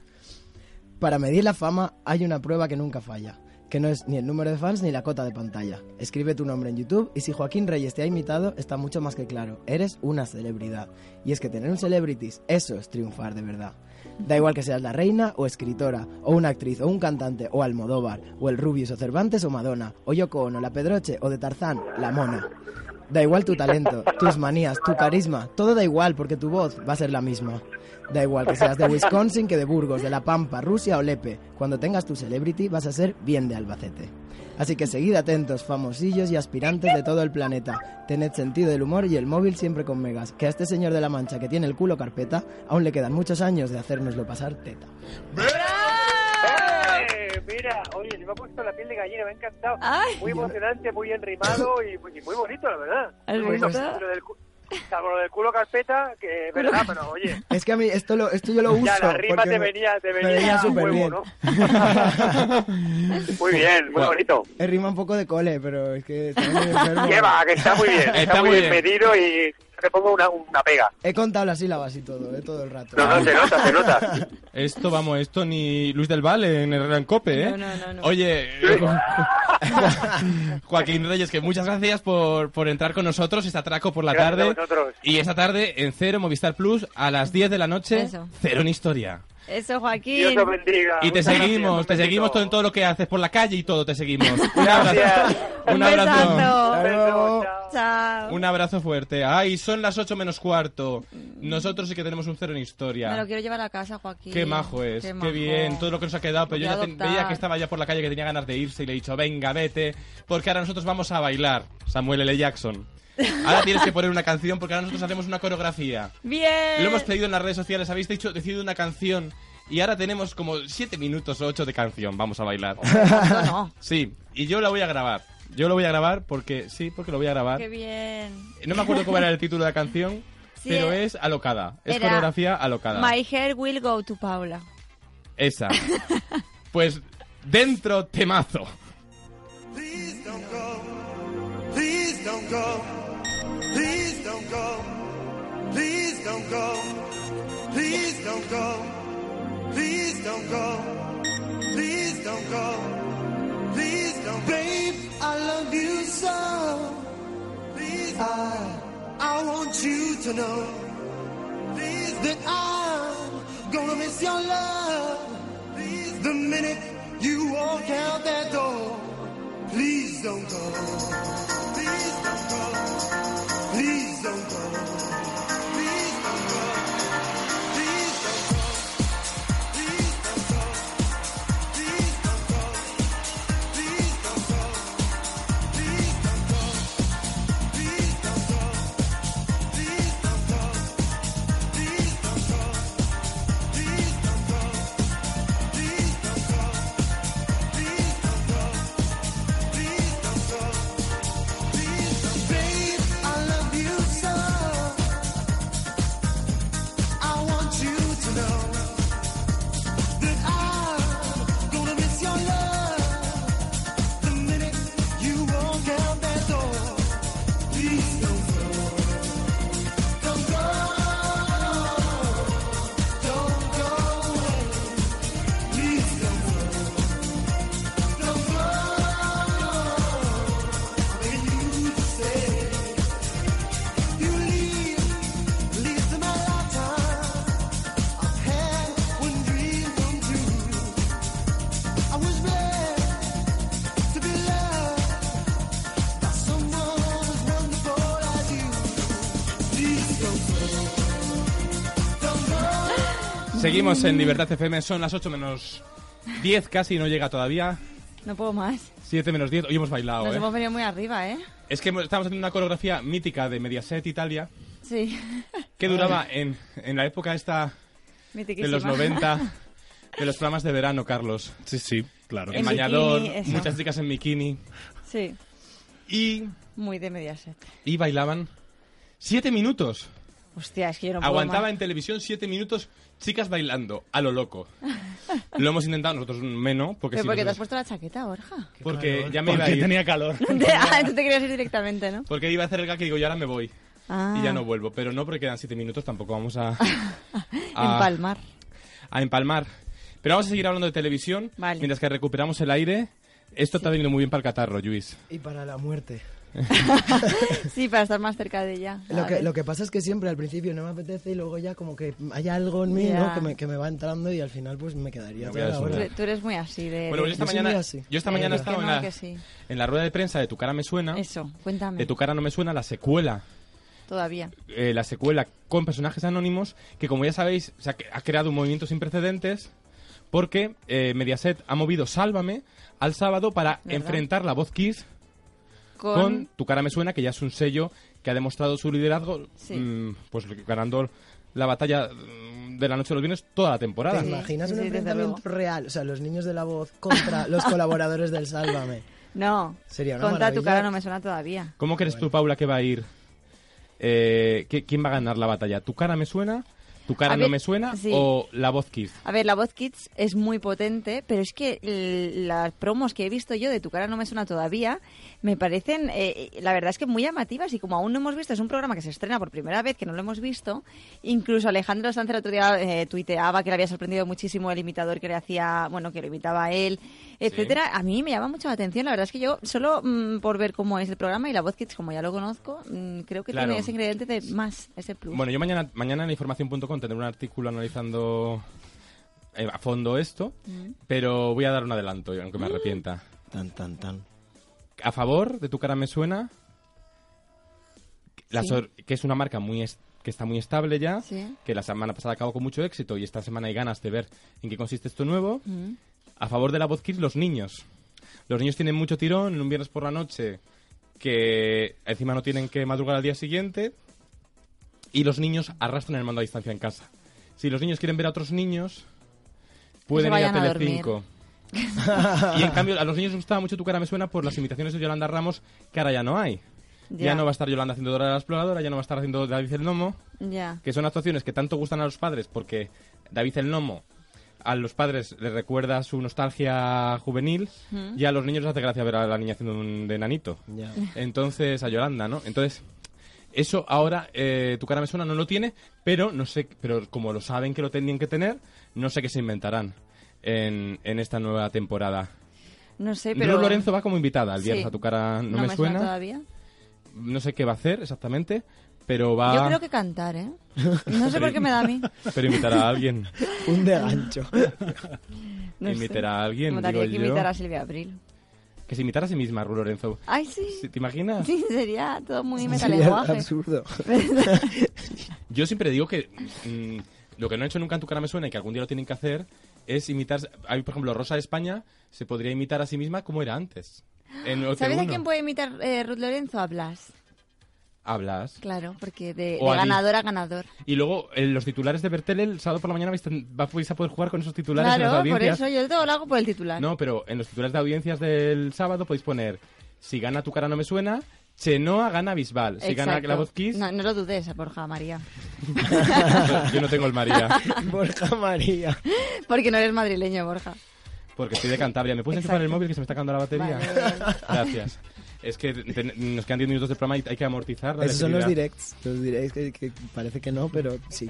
Speaker 4: Para medir la fama hay una prueba que nunca falla, que no es ni el número de fans ni la cota de pantalla. Escribe tu nombre en YouTube y si Joaquín Reyes te ha imitado, está mucho más que claro, eres una celebridad. Y es que tener un celebrities, eso es triunfar de verdad. Da igual que seas la reina o escritora, o una actriz, o un cantante, o Almodóvar, o el Rubius, o Cervantes, o Madonna, o Yoko Ono, la Pedroche, o de Tarzán, la Mona. Da igual tu talento, tus manías, tu carisma, todo da igual porque tu voz va a ser la misma. Da igual que seas de Wisconsin que de Burgos, de La Pampa, Rusia o Lepe, cuando tengas tu celebrity vas a ser bien de Albacete. Así que seguid atentos, famosillos y aspirantes de todo el planeta. Tened sentido del humor y el móvil siempre con megas, que a este señor de la mancha que tiene el culo carpeta aún le quedan muchos años de hacérnoslo pasar teta.
Speaker 7: ¡Eh! Mira, oye, se me ha puesto la piel de gallina, me ha encantado.
Speaker 5: Ay.
Speaker 7: Muy emocionante, muy enrimado y, y muy bonito, la verdad.
Speaker 5: ¿Has
Speaker 7: Muy bonito.
Speaker 5: visto?
Speaker 7: Lo del cu- Salvo lo del culo carpeta, que es verdad, pero oye,
Speaker 4: Es que a mí esto, lo, esto yo lo uso.
Speaker 7: ya la rima
Speaker 4: porque
Speaker 7: te
Speaker 4: me-
Speaker 7: venía, te
Speaker 4: me
Speaker 7: venía,
Speaker 4: venía
Speaker 7: a
Speaker 4: súper
Speaker 7: huevo,
Speaker 4: bien.
Speaker 7: ¿no? muy bien, muy bonito.
Speaker 4: Es rima un poco de cole, pero es que... estoy muy enfermo.
Speaker 7: Lleva, que está muy bien, está,
Speaker 3: Está
Speaker 7: muy
Speaker 3: muy
Speaker 7: bien
Speaker 3: bien.
Speaker 7: medido y te pongo una, una pega.
Speaker 4: He contado las sílabas y todo, eh, todo el rato.
Speaker 7: No, no, se nota, se nota.
Speaker 3: Esto, vamos, esto ni Luis del Valle en el Gran Cope, ¿eh?
Speaker 5: No, no, no, no.
Speaker 3: Oye, Joaquín Reyes, que muchas gracias por, por entrar con nosotros esta atraco por la
Speaker 7: Gracias a
Speaker 3: tarde.
Speaker 7: vosotros.
Speaker 3: Y esta tarde en Cero Movistar Plus a las 10 de la noche,
Speaker 5: Eso.
Speaker 3: Cero en Historia.
Speaker 5: Eso,
Speaker 7: Dios
Speaker 5: Joaquín.
Speaker 7: te bendiga.
Speaker 3: Y te
Speaker 7: Ah, Muchas
Speaker 3: seguimos,
Speaker 7: gracias,
Speaker 3: te
Speaker 7: un
Speaker 3: seguimos todo
Speaker 7: besito.
Speaker 3: en todo lo que haces por la calle y todo, te seguimos. Un
Speaker 7: Gracias.
Speaker 3: abrazo.
Speaker 5: Un
Speaker 3: Un abrazo.
Speaker 5: besazo.
Speaker 4: Hasta luego.
Speaker 7: Beso, chao.
Speaker 5: Chao.
Speaker 3: Un abrazo fuerte. Ay, son las 8 menos cuarto. Nosotros sí que tenemos un cero en historia.
Speaker 5: Me lo quiero llevar a casa, Joaquín.
Speaker 3: Qué majo es, qué,
Speaker 5: majo.
Speaker 3: bien, todo lo que nos ha quedado. Pero
Speaker 5: Lo
Speaker 3: yo
Speaker 5: voy
Speaker 3: ya
Speaker 5: a
Speaker 3: ten-
Speaker 5: adoptar.
Speaker 3: veía que estaba ya por la calle que tenía ganas de irse y le he dicho, venga, vete, porque ahora nosotros vamos a bailar, Samuel L. Jackson. Ahora tienes que poner una canción porque ahora nosotros hacemos una coreografía.
Speaker 5: Bien.
Speaker 3: Lo hemos pedido en las redes sociales, habéis dicho, decidido una canción y ahora tenemos como 7 minutos o 8 de canción, vamos a bailar.
Speaker 5: No, no.
Speaker 3: Sí, y yo la voy a grabar. Yo lo voy a grabar porque, sí, porque lo voy a grabar.
Speaker 5: Qué bien.
Speaker 3: No me acuerdo cómo era el título de la canción,
Speaker 5: Sí,
Speaker 3: pero
Speaker 5: eh.
Speaker 3: es alocada. Es
Speaker 5: Era
Speaker 3: coreografía alocada.
Speaker 5: My hair will go to Paula.
Speaker 3: Esa. Pues dentro temazo.
Speaker 8: Please don't go. Please don't go. Please don't go. Please don't go. Please don't go. Please don't go. Please don't go. Please don't Babe, I love you so. Please I I want you to know. Please that I'm gonna miss your love. Please the minute you walk out that door. Please don't go. Please don't go. Please don't go. Please don't go. Please don't go. Please don't go. Please don't go. Please don't go. Please don't go. Please don't go. Please don't go. Please don't go. Please don't go. Please don't go. Please don't go. Please don't go. Please don't, babe. I love you so. I want you to know that I'm gonna miss your love the minute you walk out that door. Please don't go. Don't go. Don't go away. Please don't go. Don't go. When you say you leave, leave to my lifetime. I've had one dream come true. I was blessed to be loved by someone as wonderful as you. Please don't go, don't go.
Speaker 3: Seguimos en Libertad FM, son las 8 menos 10 casi, no llega todavía.
Speaker 5: No puedo más.
Speaker 3: 7 menos 10, hoy hemos bailado,
Speaker 5: Nos
Speaker 3: ¿eh?
Speaker 5: hemos venido muy arriba, ¿eh?
Speaker 3: Es que hemos- estamos haciendo una coreografía mítica de Mediaset Italia,
Speaker 5: Sí.
Speaker 3: que duraba en, en la época esta de los 90 de los programas de verano, Carlos.
Speaker 6: Sí, sí, claro.
Speaker 3: El
Speaker 5: En
Speaker 3: bañador,
Speaker 5: bikini, eso.
Speaker 3: muchas chicas en bikini.
Speaker 5: Sí,
Speaker 3: Y,
Speaker 5: muy de Mediaset.
Speaker 3: y bailaban siete minutos.
Speaker 5: Hostia, es que yo no puedo
Speaker 3: Aguantaba
Speaker 5: más.
Speaker 3: en televisión siete minutos chicas bailando, a lo loco. Lo hemos intentado nosotros menos, porque
Speaker 5: Pero
Speaker 3: si
Speaker 5: porque te
Speaker 3: nos-
Speaker 5: has puesto la chaqueta, Borja.
Speaker 3: porque ya me iba a
Speaker 6: Porque
Speaker 3: ir.
Speaker 6: tenía calor.
Speaker 5: Te- ah, tú te querías ir directamente, ¿no?
Speaker 3: Porque iba a hacer el gag Pues y digo, yo ahora me voy.
Speaker 5: Ah,
Speaker 3: Y ya no vuelvo. Pero no, porque quedan siete minutos, tampoco vamos a, Ah.
Speaker 5: Empalmar.
Speaker 3: a empalmar. Pero vamos a seguir hablando de televisión.
Speaker 5: Vale.
Speaker 3: Mientras que recuperamos el aire. Esto te ha venido muy bien para el catarro, Luis.
Speaker 5: Eh,
Speaker 4: Y para la muerte.
Speaker 5: Sí, para estar más cerca de ella.
Speaker 4: Lo
Speaker 5: A
Speaker 4: que,
Speaker 5: ver.
Speaker 4: lo que pasa es que siempre al principio no me apetece y luego ya como que hay algo en mí
Speaker 5: Ya.
Speaker 4: ¿no? que, me, que me va entrando y al final pues me quedaría
Speaker 3: Me voy a
Speaker 4: toda la
Speaker 3: desnudar.
Speaker 4: hora.
Speaker 5: Tú, tú eres muy así de...
Speaker 3: Bueno, pues
Speaker 5: de-
Speaker 3: yo esta
Speaker 4: Yo soy
Speaker 3: mañana,
Speaker 4: muy así.
Speaker 3: yo esta mañana he
Speaker 5: Es que
Speaker 3: estado en
Speaker 5: Eh, no,
Speaker 3: la,
Speaker 5: que sí.
Speaker 3: en la rueda de prensa de Tu cara me suena.
Speaker 5: Eso, cuéntame.
Speaker 3: De Tu cara no me suena, la secuela.
Speaker 5: Todavía.
Speaker 3: eh, la secuela con personajes anónimos que, como ya sabéis, se ha, ha creado un movimiento sin precedentes porque eh, Mediaset ha movido Sálvame al sábado para
Speaker 5: ¿Verdad?
Speaker 3: enfrentar la voz Kiss con...
Speaker 5: Con...
Speaker 3: Tu cara me suena, que ya es un sello que ha demostrado su liderazgo,
Speaker 5: Sí.
Speaker 3: mm, pues ganando la batalla mm, de la noche de los viernes toda la temporada.
Speaker 4: ¿Te
Speaker 5: Sí,
Speaker 4: imaginas
Speaker 5: sí,
Speaker 4: un
Speaker 5: sí, desde
Speaker 4: enfrentamiento
Speaker 5: luego.
Speaker 4: real? O sea, los niños de la voz contra los colaboradores del Sálvame.
Speaker 5: No.
Speaker 4: Sería una
Speaker 5: Contra tu
Speaker 4: maravilla.
Speaker 5: cara no me suena todavía.
Speaker 3: ¿Cómo crees tú, Paula, que va a ir? Eh, ¿qué- ¿Quién va a ganar la batalla? ¿Tu cara me suena? ¿Tu cara
Speaker 5: A
Speaker 3: no
Speaker 5: ver,
Speaker 3: me suena?
Speaker 5: sí.
Speaker 3: ¿O la voz Kiss?
Speaker 5: A ver, la voz Kids es muy potente, pero es que l- las promos que he visto yo de Tu cara no me suena todavía, me parecen, eh, eh, la verdad es que muy llamativas y como aún no hemos visto, es un programa que se estrena por primera vez, que no lo hemos visto, incluso Alejandro Sanz el otro día eh, tuiteaba que le había sorprendido muchísimo el imitador que le hacía, bueno, que lo imitaba a él, etcétera. A mí me llama mucho la atención, la verdad es que yo solo mm, por ver cómo es el programa y la voz Kids, como ya lo conozco, mm, creo que
Speaker 3: Claro.
Speaker 5: tiene ese ingrediente de más, ese plus.
Speaker 3: Bueno, yo mañana, mañana en información.com tendré un artículo analizando eh, a fondo esto, pero voy a dar un adelanto, aunque me arrepienta.
Speaker 4: Tan, tan, tan.
Speaker 3: A favor de tu cara me suena, la sor- que es una marca muy es- que está muy estable ya,
Speaker 5: Sí.
Speaker 3: que la semana pasada acabó con mucho éxito y esta semana hay ganas de ver en qué consiste esto nuevo.
Speaker 5: Mm.
Speaker 3: A favor de la voz kids, los niños. Los niños tienen mucho tirón en un viernes por la noche que encima no tienen que madrugar al día siguiente y los niños arrastran el mando a distancia en casa. Si los niños quieren ver a otros niños, pueden ir a
Speaker 5: vayan a dormir.
Speaker 3: Telecinco. y en cambio a los niños les gustaba mucho tu cara me suena por las imitaciones de Yolanda Ramos que ahora ya no hay. Ya. no va a estar Yolanda haciendo Dora la Exploradora, ya no va a estar haciendo David el Nomo,
Speaker 5: ya.
Speaker 3: que son actuaciones que tanto gustan a los padres porque David el Nomo a los padres les recuerda su nostalgia juvenil y a los niños les hace gracia ver a la niña haciendo un de nanito.
Speaker 4: Ya.
Speaker 3: Entonces, a Yolanda, ¿no? Entonces, eso ahora eh, tu cara me suena no lo tiene, pero no sé, pero como lo saben que lo tenían que tener, no sé qué se inventarán en, en esta nueva temporada.
Speaker 5: No sé,
Speaker 3: Pero
Speaker 5: pero...
Speaker 3: Lorenzo va como invitada al
Speaker 5: Sí.
Speaker 3: viernes a tu cara no, me, suena.
Speaker 5: todavía.
Speaker 3: No sé qué va a hacer exactamente, pero va
Speaker 5: Yo creo que cantar, ¿eh? No sé por qué me da a mí.
Speaker 3: pero invitará a alguien.
Speaker 4: Un de gancho.
Speaker 5: No sé.
Speaker 3: Imitará a alguien,
Speaker 5: Me daría
Speaker 3: digo
Speaker 5: que
Speaker 3: yo.
Speaker 5: imitar a Silvia Abril.
Speaker 3: Que se imitara a sí misma, Ru Lorenzo.
Speaker 5: Ay, sí.
Speaker 3: ¿Sí,
Speaker 5: Sí,
Speaker 3: ¿Te imaginas?
Speaker 5: sería todo muy
Speaker 4: Sería
Speaker 5: metalenguaje.
Speaker 4: absurdo.
Speaker 3: Yo siempre digo que mm, lo que no he hecho nunca en tu cara me suena y que algún día lo tienen que hacer es imitar. Hay, por ejemplo, Rosa de España se podría imitar a sí misma como era antes. En
Speaker 5: ¿Sabes a
Speaker 3: OT1.
Speaker 5: quién puede imitar eh, Ruth Lorenzo? A Blas.
Speaker 3: Hablas.
Speaker 5: Claro, porque de,
Speaker 3: O
Speaker 5: de
Speaker 3: a Di.
Speaker 5: ganador a ganador.
Speaker 3: Y luego eh, los titulares de Bertel el sábado por la mañana vais, ten- va- vais a poder jugar con esos titulares en las
Speaker 5: claro, por
Speaker 3: audiencias.
Speaker 5: eso yo todo lo hago por el titular.
Speaker 3: No, pero en los titulares de audiencias del sábado podéis poner si gana tu cara no me suena, Chenoa gana Bisbal. Si gana
Speaker 5: Exacto.
Speaker 3: la voz Kiss, pues,
Speaker 5: No, no lo dudes, Borja María.
Speaker 3: yo no tengo el María.
Speaker 4: Borja María.
Speaker 5: Porque no eres madrileño, Borja.
Speaker 3: Porque estoy de Cantabria. ¿Me puedes enchufar el móvil que se me está acabando la batería?
Speaker 5: Vale.
Speaker 3: Gracias. Es que ten- nos quedan 10 minutos de programa y hay que amortizar la
Speaker 4: Esos son los
Speaker 3: electricidad.
Speaker 4: directs. Los directs que, que parece que no, pero sí.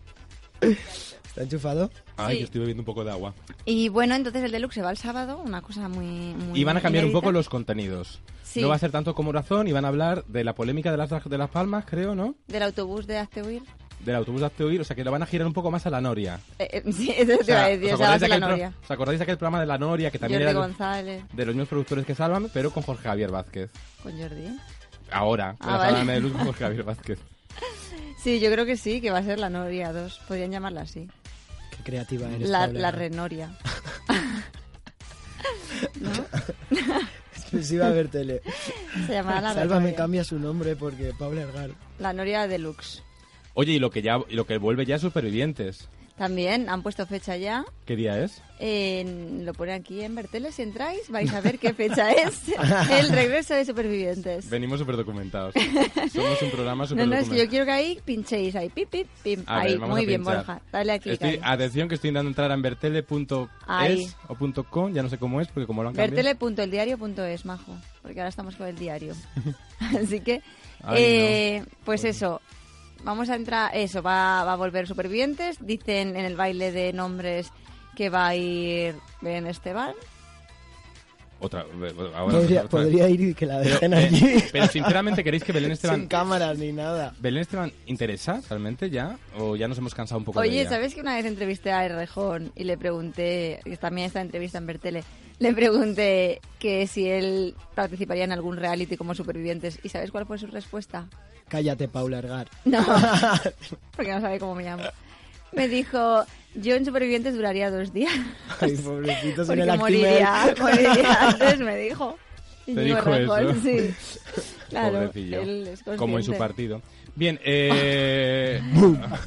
Speaker 4: ¿Está enchufado?
Speaker 3: Ay,
Speaker 5: Sí.
Speaker 3: yo estoy bebiendo un poco de agua.
Speaker 5: Y bueno, entonces el deluxe se va el sábado, una cosa muy. muy
Speaker 3: Y van a cambiar un
Speaker 5: inédita.
Speaker 3: poco los contenidos.
Speaker 5: Sí.
Speaker 3: No va a ser tanto como razón y van a hablar de la polémica de las, de las palmas, creo, ¿no?
Speaker 5: Del autobús de Hazte Huir.
Speaker 3: Del autobús de Azteoir, o sea que lo van a girar un poco más a la noria.
Speaker 5: Eh, eh, sí, eso
Speaker 3: O
Speaker 5: te iba
Speaker 3: sea,
Speaker 5: a decir,
Speaker 3: ¿os
Speaker 5: o sea, va a
Speaker 3: acordáis, de
Speaker 5: ser la
Speaker 3: aquel pro-
Speaker 5: noria.
Speaker 3: ¿Os acordáis de aquel programa de la noria que también
Speaker 5: Jordi
Speaker 3: era de-
Speaker 5: González,
Speaker 3: de los mismos productores que Sálvame, pero con Jorge Javier Vázquez?
Speaker 5: con Jordi.
Speaker 3: Ahora, con
Speaker 5: Ah,
Speaker 3: la
Speaker 5: vale.
Speaker 3: Sálvame de luz con Jorge Javier Vázquez.
Speaker 5: Sí, yo creo que sí, que va a ser la Noria 2. Podrían llamarla así.
Speaker 4: Qué creativa eres.
Speaker 5: La,
Speaker 4: Paula.
Speaker 5: la Renoria.
Speaker 4: Exclusiva Bertele.
Speaker 5: Se llamará la
Speaker 4: Sálvame
Speaker 5: Renoria.
Speaker 4: cambia su nombre porque Pablo Ergar.
Speaker 5: La Noria Deluxe.
Speaker 3: Oye, y lo que ya y lo que vuelve ya es Supervivientes.
Speaker 5: También han puesto fecha ya.
Speaker 3: ¿Qué día es?
Speaker 5: En- lo pone aquí en Berteles. Si entráis, vais a ver qué fecha es el regreso de Supervivientes.
Speaker 3: Venimos súper documentados. Somos un programa
Speaker 5: No,
Speaker 3: súper
Speaker 5: no, es que yo quiero que ahí pinchéis ahí. Pip, pip, pim.
Speaker 3: A
Speaker 5: ahí,
Speaker 3: ver, vamos
Speaker 5: muy
Speaker 3: a
Speaker 5: bien,
Speaker 3: pinchar.
Speaker 5: Borja. Dale aquí.
Speaker 3: Estoy- atención que estoy intentando entrar en
Speaker 5: Ahí.
Speaker 3: vertele.es o punto .com, ya no sé cómo es porque como lo han cambiado.
Speaker 5: Vertele.eldiario.es, majo. Porque ahora estamos con el diario. Así que,
Speaker 3: Ay,
Speaker 5: eh, pues eso. Vamos a entrar. Eso, va, va a volver supervivientes. Dicen en el baile de nombres que va a ir Ben Esteban.
Speaker 3: Otra, eh, ahora,
Speaker 4: Podría,
Speaker 3: otra vez.
Speaker 4: podría ir y que la
Speaker 3: Pero,
Speaker 4: dejen
Speaker 3: eh,
Speaker 4: allí.
Speaker 3: pero sinceramente queréis que Belén
Speaker 4: Sin
Speaker 3: Esteban eh,
Speaker 4: cámaras ni nada.
Speaker 3: Belén Esteban interesa realmente ya o ya nos hemos cansado un poco de
Speaker 5: Oye,
Speaker 3: ella?
Speaker 5: ¿sabes que una vez entrevisté a Errejón y le pregunté, y también esta entrevista en Bertele, le pregunté que si él participaría en algún reality como supervivientes y ¿sabes cuál fue su respuesta?
Speaker 4: Cállate, Paula Ergar.
Speaker 5: No, porque no sabe cómo me llamo. Me dijo, yo en Supervivientes duraría dos días.
Speaker 4: Ay, pobrecito, soy
Speaker 5: Porque
Speaker 4: el
Speaker 5: moriría,
Speaker 4: Actimel.
Speaker 5: moriría antes, me dijo.
Speaker 3: Te
Speaker 5: Íñigo
Speaker 3: dijo eso.
Speaker 5: Errejón, Sí. Claro,
Speaker 3: Pobrecillo.
Speaker 5: él es
Speaker 3: Como en su
Speaker 5: consciente.
Speaker 3: partido. Bien, eh...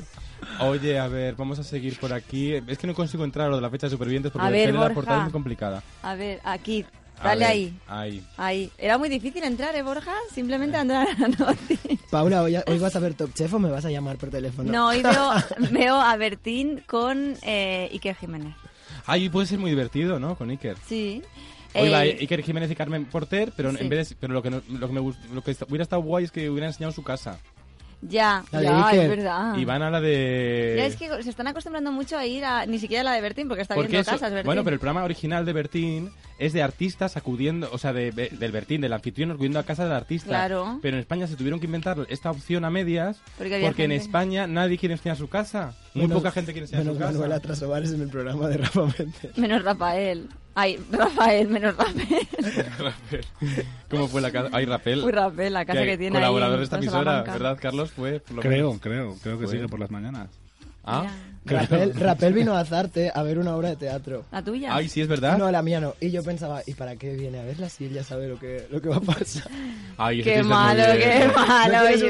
Speaker 3: Oye, a ver, vamos a seguir por aquí. Es que no consigo entrar a lo de la fecha de supervivientes porque
Speaker 5: A ver,
Speaker 3: Belén, la
Speaker 5: Borja.
Speaker 3: portada es muy complicada.
Speaker 5: A ver, aquí,
Speaker 3: A
Speaker 5: dale
Speaker 3: ver,
Speaker 5: ahí.
Speaker 3: Ahí.
Speaker 5: Ahí. Era muy difícil entrar, ¿eh, Borja? Simplemente entrar a la noche.
Speaker 4: Paula, ¿hoy, hoy vas a ver Top Chef o me vas a llamar por teléfono?
Speaker 5: No, hoy veo, veo a Bertín con eh, Iker Jiménez.
Speaker 3: Ay, puede ser muy divertido, ¿no? Con Iker.
Speaker 5: Sí.
Speaker 3: Hoy va
Speaker 5: Eh,
Speaker 3: Iker Jiménez y Carmen Porter, pero
Speaker 5: sí.
Speaker 3: en vez de- pero lo que no- lo que me gust- lo que est- hubiera estado guay es que hubieran enseñado su casa.
Speaker 5: Ya,
Speaker 4: La de
Speaker 5: ya,
Speaker 4: Iker.
Speaker 5: es verdad.
Speaker 3: Y van a la de
Speaker 5: Ah. Ya es que se están acostumbrando mucho a ir a ni siquiera a la de Bertín porque está
Speaker 3: Porque
Speaker 5: viendo
Speaker 3: eso-
Speaker 5: casas, Bertín.
Speaker 3: bueno, pero el programa original de Bertín es de artistas acudiendo, o sea, de- de- del Bertín, del anfitrión acudiendo a casa del artista.
Speaker 5: Claro.
Speaker 3: Pero en España se tuvieron que inventar esta opción a medias
Speaker 5: Porque
Speaker 3: porque,
Speaker 5: había
Speaker 3: en
Speaker 5: gente.
Speaker 3: España nadie quiere enseñar su casa. Muy
Speaker 4: Menos-
Speaker 3: poca gente quiere enseñar
Speaker 4: Menos
Speaker 3: su casa.
Speaker 4: Manuela Trasobares en el programa de Rafa Méndez.
Speaker 5: Menos Rafael. Ay, Rafael, menos Rafael.
Speaker 3: Rapel. ¿Cómo fue la casa? Ay, Rapel.
Speaker 5: Uy, Rafael, la casa que, tiene ahí
Speaker 3: Colaborador
Speaker 5: en-
Speaker 3: de esta
Speaker 5: en
Speaker 3: emisora,
Speaker 5: Salamanca.
Speaker 3: ¿verdad, Carlos? Fue por lo
Speaker 6: Creo,
Speaker 3: menos.
Speaker 6: creo, creo que
Speaker 3: Joder.
Speaker 6: sigue por las mañanas.
Speaker 3: Ah.
Speaker 5: Mira,
Speaker 4: Rapel, Rapel vino a Azarte a ver una obra de teatro.
Speaker 5: La tuya.
Speaker 3: Ay, sí, es verdad.
Speaker 4: No, la mía no. Y yo pensaba, ¿y para qué viene a verla si él ya sabe lo que, lo que va a pasar?
Speaker 3: Ay, ese chiste
Speaker 5: qué
Speaker 3: es muy
Speaker 5: malo,
Speaker 3: bien.
Speaker 5: qué
Speaker 4: ¿No
Speaker 5: malo,
Speaker 4: quieres un
Speaker 5: Ah,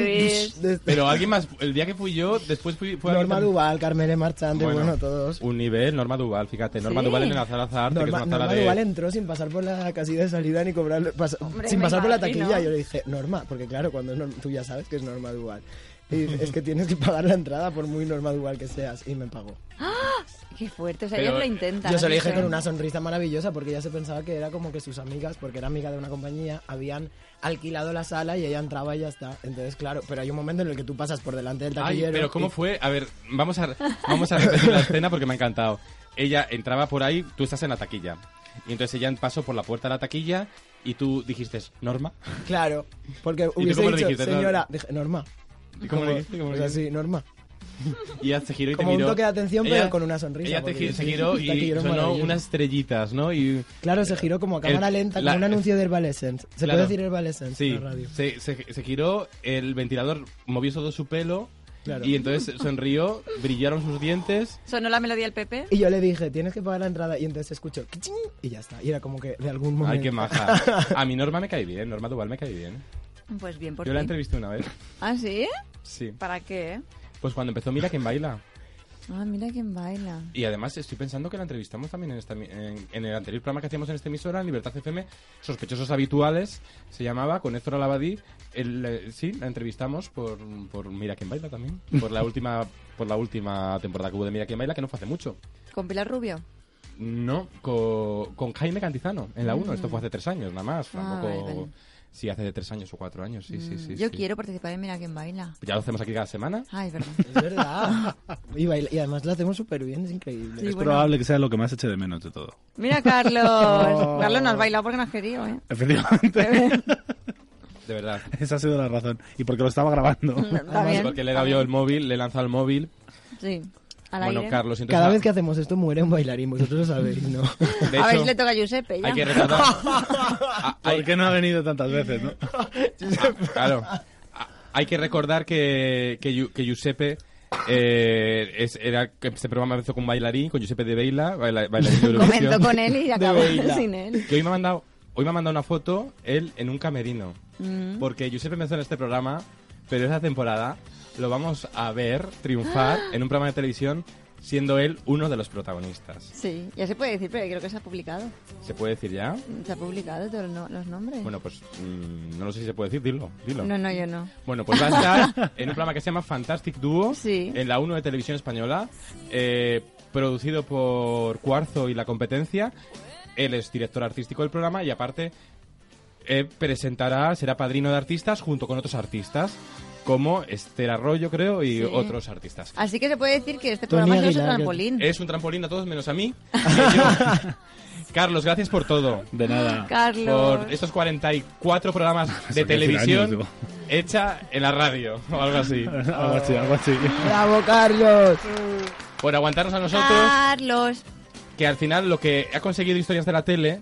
Speaker 5: Luis.
Speaker 4: de este?
Speaker 3: Pero alguien más, el día que fui yo, después fui... fue alguien
Speaker 4: Norma
Speaker 3: también.
Speaker 4: Duval, Carmele Marchante, bueno, todos.
Speaker 3: Un nivel, Norma Duval, fíjate. Norma
Speaker 5: Sí.
Speaker 3: Duval en la sala de arte, que es
Speaker 4: Norma,
Speaker 3: una sala
Speaker 4: Norma
Speaker 3: de...
Speaker 4: Duval entró sin pasar por la casilla de salida ni cobrarle, pas-
Speaker 5: Hombre,
Speaker 4: sin
Speaker 5: me
Speaker 4: pasar por la
Speaker 5: imagino.
Speaker 4: taquilla. Yo le dije, Norma, porque claro, cuando es Norma, tú ya sabes que es Norma Duval. Y es que tienes que pagar la entrada por muy Norma Duval que seas. Y me pagó.
Speaker 5: Qué fuerte, o sea,
Speaker 3: Pero-
Speaker 5: ellos lo intentan. ¿eh?
Speaker 4: Yo se lo dije
Speaker 5: ¿no?
Speaker 4: con una sonrisa maravillosa porque ella se pensaba que era como que sus amigas, porque era amiga de una compañía, habían alquilado la sala y ella entraba y ya está. Entonces, claro, pero hay un momento en el que tú pasas por delante del
Speaker 3: Ay,
Speaker 4: taquillero.
Speaker 3: pero ¿cómo
Speaker 4: y-
Speaker 3: fue? A ver, vamos a, vamos a repetir la escena porque me ha encantado. Ella entraba por ahí, tú estás en la taquilla. Y entonces ella pasó por la puerta de la taquilla y tú dijiste, ¿Norma?
Speaker 4: Claro, porque
Speaker 3: tú
Speaker 4: hubiese
Speaker 3: cómo le
Speaker 4: dicho,
Speaker 3: dijiste, Norma?
Speaker 4: señora, dije, Norma.
Speaker 3: ¿Y cómo le dijiste? ¿Cómo
Speaker 4: o
Speaker 3: le
Speaker 4: sea,
Speaker 3: dijiste?
Speaker 4: sí, Norma.
Speaker 3: Y ella se giró y
Speaker 4: Como
Speaker 3: te
Speaker 4: un
Speaker 3: miró.
Speaker 4: toque de atención, pero
Speaker 3: Ella-
Speaker 4: con una sonrisa,
Speaker 3: Ella te
Speaker 4: porque
Speaker 3: gi- se
Speaker 4: sí,
Speaker 3: giró
Speaker 4: el
Speaker 3: y
Speaker 4: taquillero es
Speaker 3: sonó
Speaker 4: maravilloso.
Speaker 3: unas estrellitas, ¿no? Y
Speaker 4: Claro, se giró como a cámara
Speaker 3: El-
Speaker 4: lenta,
Speaker 3: la-
Speaker 4: como un anuncio de Herbalescence. ¿Se
Speaker 3: Claro.
Speaker 4: puede decir Herbalescence
Speaker 3: sí,
Speaker 4: en la radio?
Speaker 3: se, se- se giró, el ventilador movió todo su pelo
Speaker 4: Claro.
Speaker 3: y entonces sonrió, brillaron sus dientes.
Speaker 5: ¿Sonó la melodía del Pepe?
Speaker 4: Y yo le dije, tienes que pagar la entrada. Y entonces escucho, "Kiching", y ya está. Y era como que de algún momento.
Speaker 3: Ay, qué maja. A mi Norma me cae bien, Norma Duval me cae bien.
Speaker 5: Pues bien, por
Speaker 3: Yo la
Speaker 5: ti.
Speaker 3: entrevisté una vez.
Speaker 5: ¿Ah, sí?
Speaker 3: Sí.
Speaker 5: ¿Para qué?
Speaker 3: Pues cuando empezó Mira quién baila.
Speaker 5: Ah, mira quién baila.
Speaker 3: Y además estoy pensando que la entrevistamos también en, esta, emi- en, en el anterior programa que hacíamos en esta emisora, en Libertad FM, Sospechosos Habituales, se llamaba, con Héctor Alabadí. El, eh, sí, la entrevistamos por, por Mira quién baila también, por la última por la última temporada que hubo de Mira quién baila, que no fue hace mucho.
Speaker 5: ¿Con Pilar Rubio?
Speaker 3: No, co- con, Jaime Cantizano, en la 1, esto fue hace tres años nada más,
Speaker 5: Ah,
Speaker 3: tampoco...
Speaker 5: vale, vale.
Speaker 3: Sí, hace tres años o cuatro años, sí, sí,
Speaker 5: Mm,
Speaker 3: sí.
Speaker 5: Yo
Speaker 3: sí.
Speaker 5: quiero participar en Mira quién baila.
Speaker 3: Ya lo hacemos aquí cada semana.
Speaker 5: Ay, es verdad.
Speaker 4: Es verdad. Y, baila- y además lo hacemos súper bien, es increíble.
Speaker 5: Sí,
Speaker 6: es
Speaker 5: bueno.
Speaker 6: probable que sea lo que más eche de menos de todo.
Speaker 5: Mira, Carlos. Carlos no has bailado porque no has querido, ¿eh?
Speaker 6: Efectivamente.
Speaker 3: De verdad.
Speaker 6: Esa ha sido la razón. Y porque lo estaba grabando.
Speaker 5: Está
Speaker 3: Sí,
Speaker 5: bien.
Speaker 3: Porque le he dado yo el móvil, le he lanzado el móvil.
Speaker 5: Sí. Al
Speaker 3: Bueno,
Speaker 5: aire.
Speaker 3: Carlos, entonces...
Speaker 4: Cada vez que hacemos esto muere un bailarín, vosotros lo sabéis, ¿no?
Speaker 3: De
Speaker 5: a ver
Speaker 3: hecho,
Speaker 5: si le toca a Giuseppe ya.
Speaker 3: Hay que recordar. Ah, hay-
Speaker 6: ¿Por qué no ha venido tantas veces, no?
Speaker 3: claro. Ah, Hay que recordar que, que, Yu- que Giuseppe. eh, es- era, que este programa empezó con bailarín, con Giuseppe de Baila, baila- bailarín de
Speaker 5: Comenzó
Speaker 3: Eurovisión.
Speaker 5: con él y acabó
Speaker 4: baila.
Speaker 5: sin él.
Speaker 3: Que hoy me ha mandado, hoy me ha mandado una
Speaker 5: Mm.
Speaker 3: foto él en un camerino. Porque Giuseppe empezó en este programa, pero esa temporada lo vamos a ver triunfar en un programa de televisión siendo él uno de los protagonistas.
Speaker 5: Sí, ya se puede decir, pero creo que se ha publicado.
Speaker 3: ¿Se puede decir ya?
Speaker 5: Se ha publicado todos los no- los nombres.
Speaker 3: Bueno, pues mm, no lo sé si se puede decir, dilo, dilo.
Speaker 5: Eh. no, no, yo no.
Speaker 3: Bueno, pues va a estar en un programa que se llama Fantastic Duo
Speaker 5: Sí.
Speaker 3: en la 1 de Televisión Española, eh, producido por Cuarzo y La Competencia. Él es director artístico del programa y aparte eh, presentará, será padrino de artistas junto con otros artistas como Esther Arroyo, creo, y
Speaker 5: Sí.
Speaker 3: otros artistas.
Speaker 5: Así que se puede decir que este
Speaker 4: Tony
Speaker 5: programa es nuestro
Speaker 4: Aguilar, que-
Speaker 5: trampolín.
Speaker 3: Es un trampolín a todos menos a mí. y yo. Carlos, gracias por todo.
Speaker 6: De nada.
Speaker 5: Carlos.
Speaker 3: Por estos 44 programas de
Speaker 6: Eso quiere decir
Speaker 3: televisión
Speaker 6: años,
Speaker 3: hecha en la radio o algo así.
Speaker 6: algo así, algo así.
Speaker 4: ¡Bravo, Carlos!
Speaker 3: Por aguantarnos a nosotros.
Speaker 5: Ah. Carlos.
Speaker 3: que al final lo que ha conseguido Historias de la Tele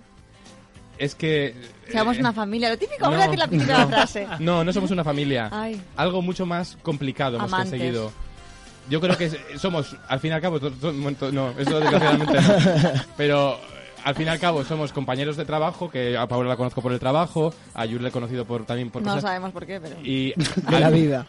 Speaker 3: es que...
Speaker 5: Seamos
Speaker 3: eh,
Speaker 5: una familia. Lo típico, vamos
Speaker 3: no,
Speaker 5: a decir la primera
Speaker 3: no.
Speaker 5: frase.
Speaker 3: No, no somos una familia.
Speaker 5: Ay.
Speaker 3: Algo mucho más complicado hemos
Speaker 5: Amantes.
Speaker 3: conseguido. Yo creo que es- somos, al fin y al cabo, to- to- to- no, eso desgraciadamente no. Pero eh, al fin y al cabo somos compañeros de trabajo, que a Paula la conozco por el trabajo, a Yul le he conocido por, también por
Speaker 5: No
Speaker 3: cosas-
Speaker 5: sabemos por qué, pero.
Speaker 3: Y
Speaker 4: De la vida.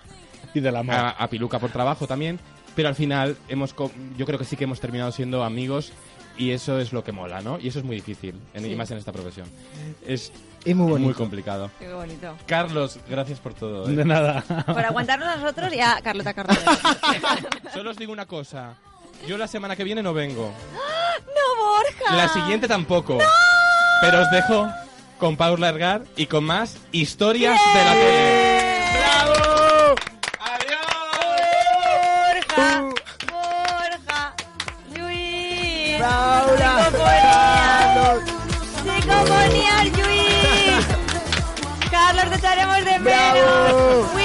Speaker 6: Y del amor.
Speaker 3: a, a Piluca por trabajo también, pero al final hemos co- yo creo que sí que hemos terminado siendo amigos y eso es lo que mola, ¿no? Y eso es muy difícil, en, y
Speaker 5: Sí.
Speaker 3: más en esta profesión. Es
Speaker 4: Y muy bonito.
Speaker 3: muy complicado.
Speaker 5: Qué bonito.
Speaker 3: Carlos, gracias por todo. ¿eh?
Speaker 6: De nada.
Speaker 5: Por aguantarnos a nosotros y a Carlota Carrera.
Speaker 3: Solo os digo una cosa. Yo la semana que viene no vengo.
Speaker 5: ¡No, Borja!
Speaker 3: La siguiente tampoco. Pero os dejo con Paul Largar y con más historias de la tele. ¡Bravo! ¡Adiós!
Speaker 5: Borja. Borja. Luis.
Speaker 4: Paula.
Speaker 5: Psicofonía. Psicofonía, Luis. Carlos, te echaremos de menos.
Speaker 4: Bravo.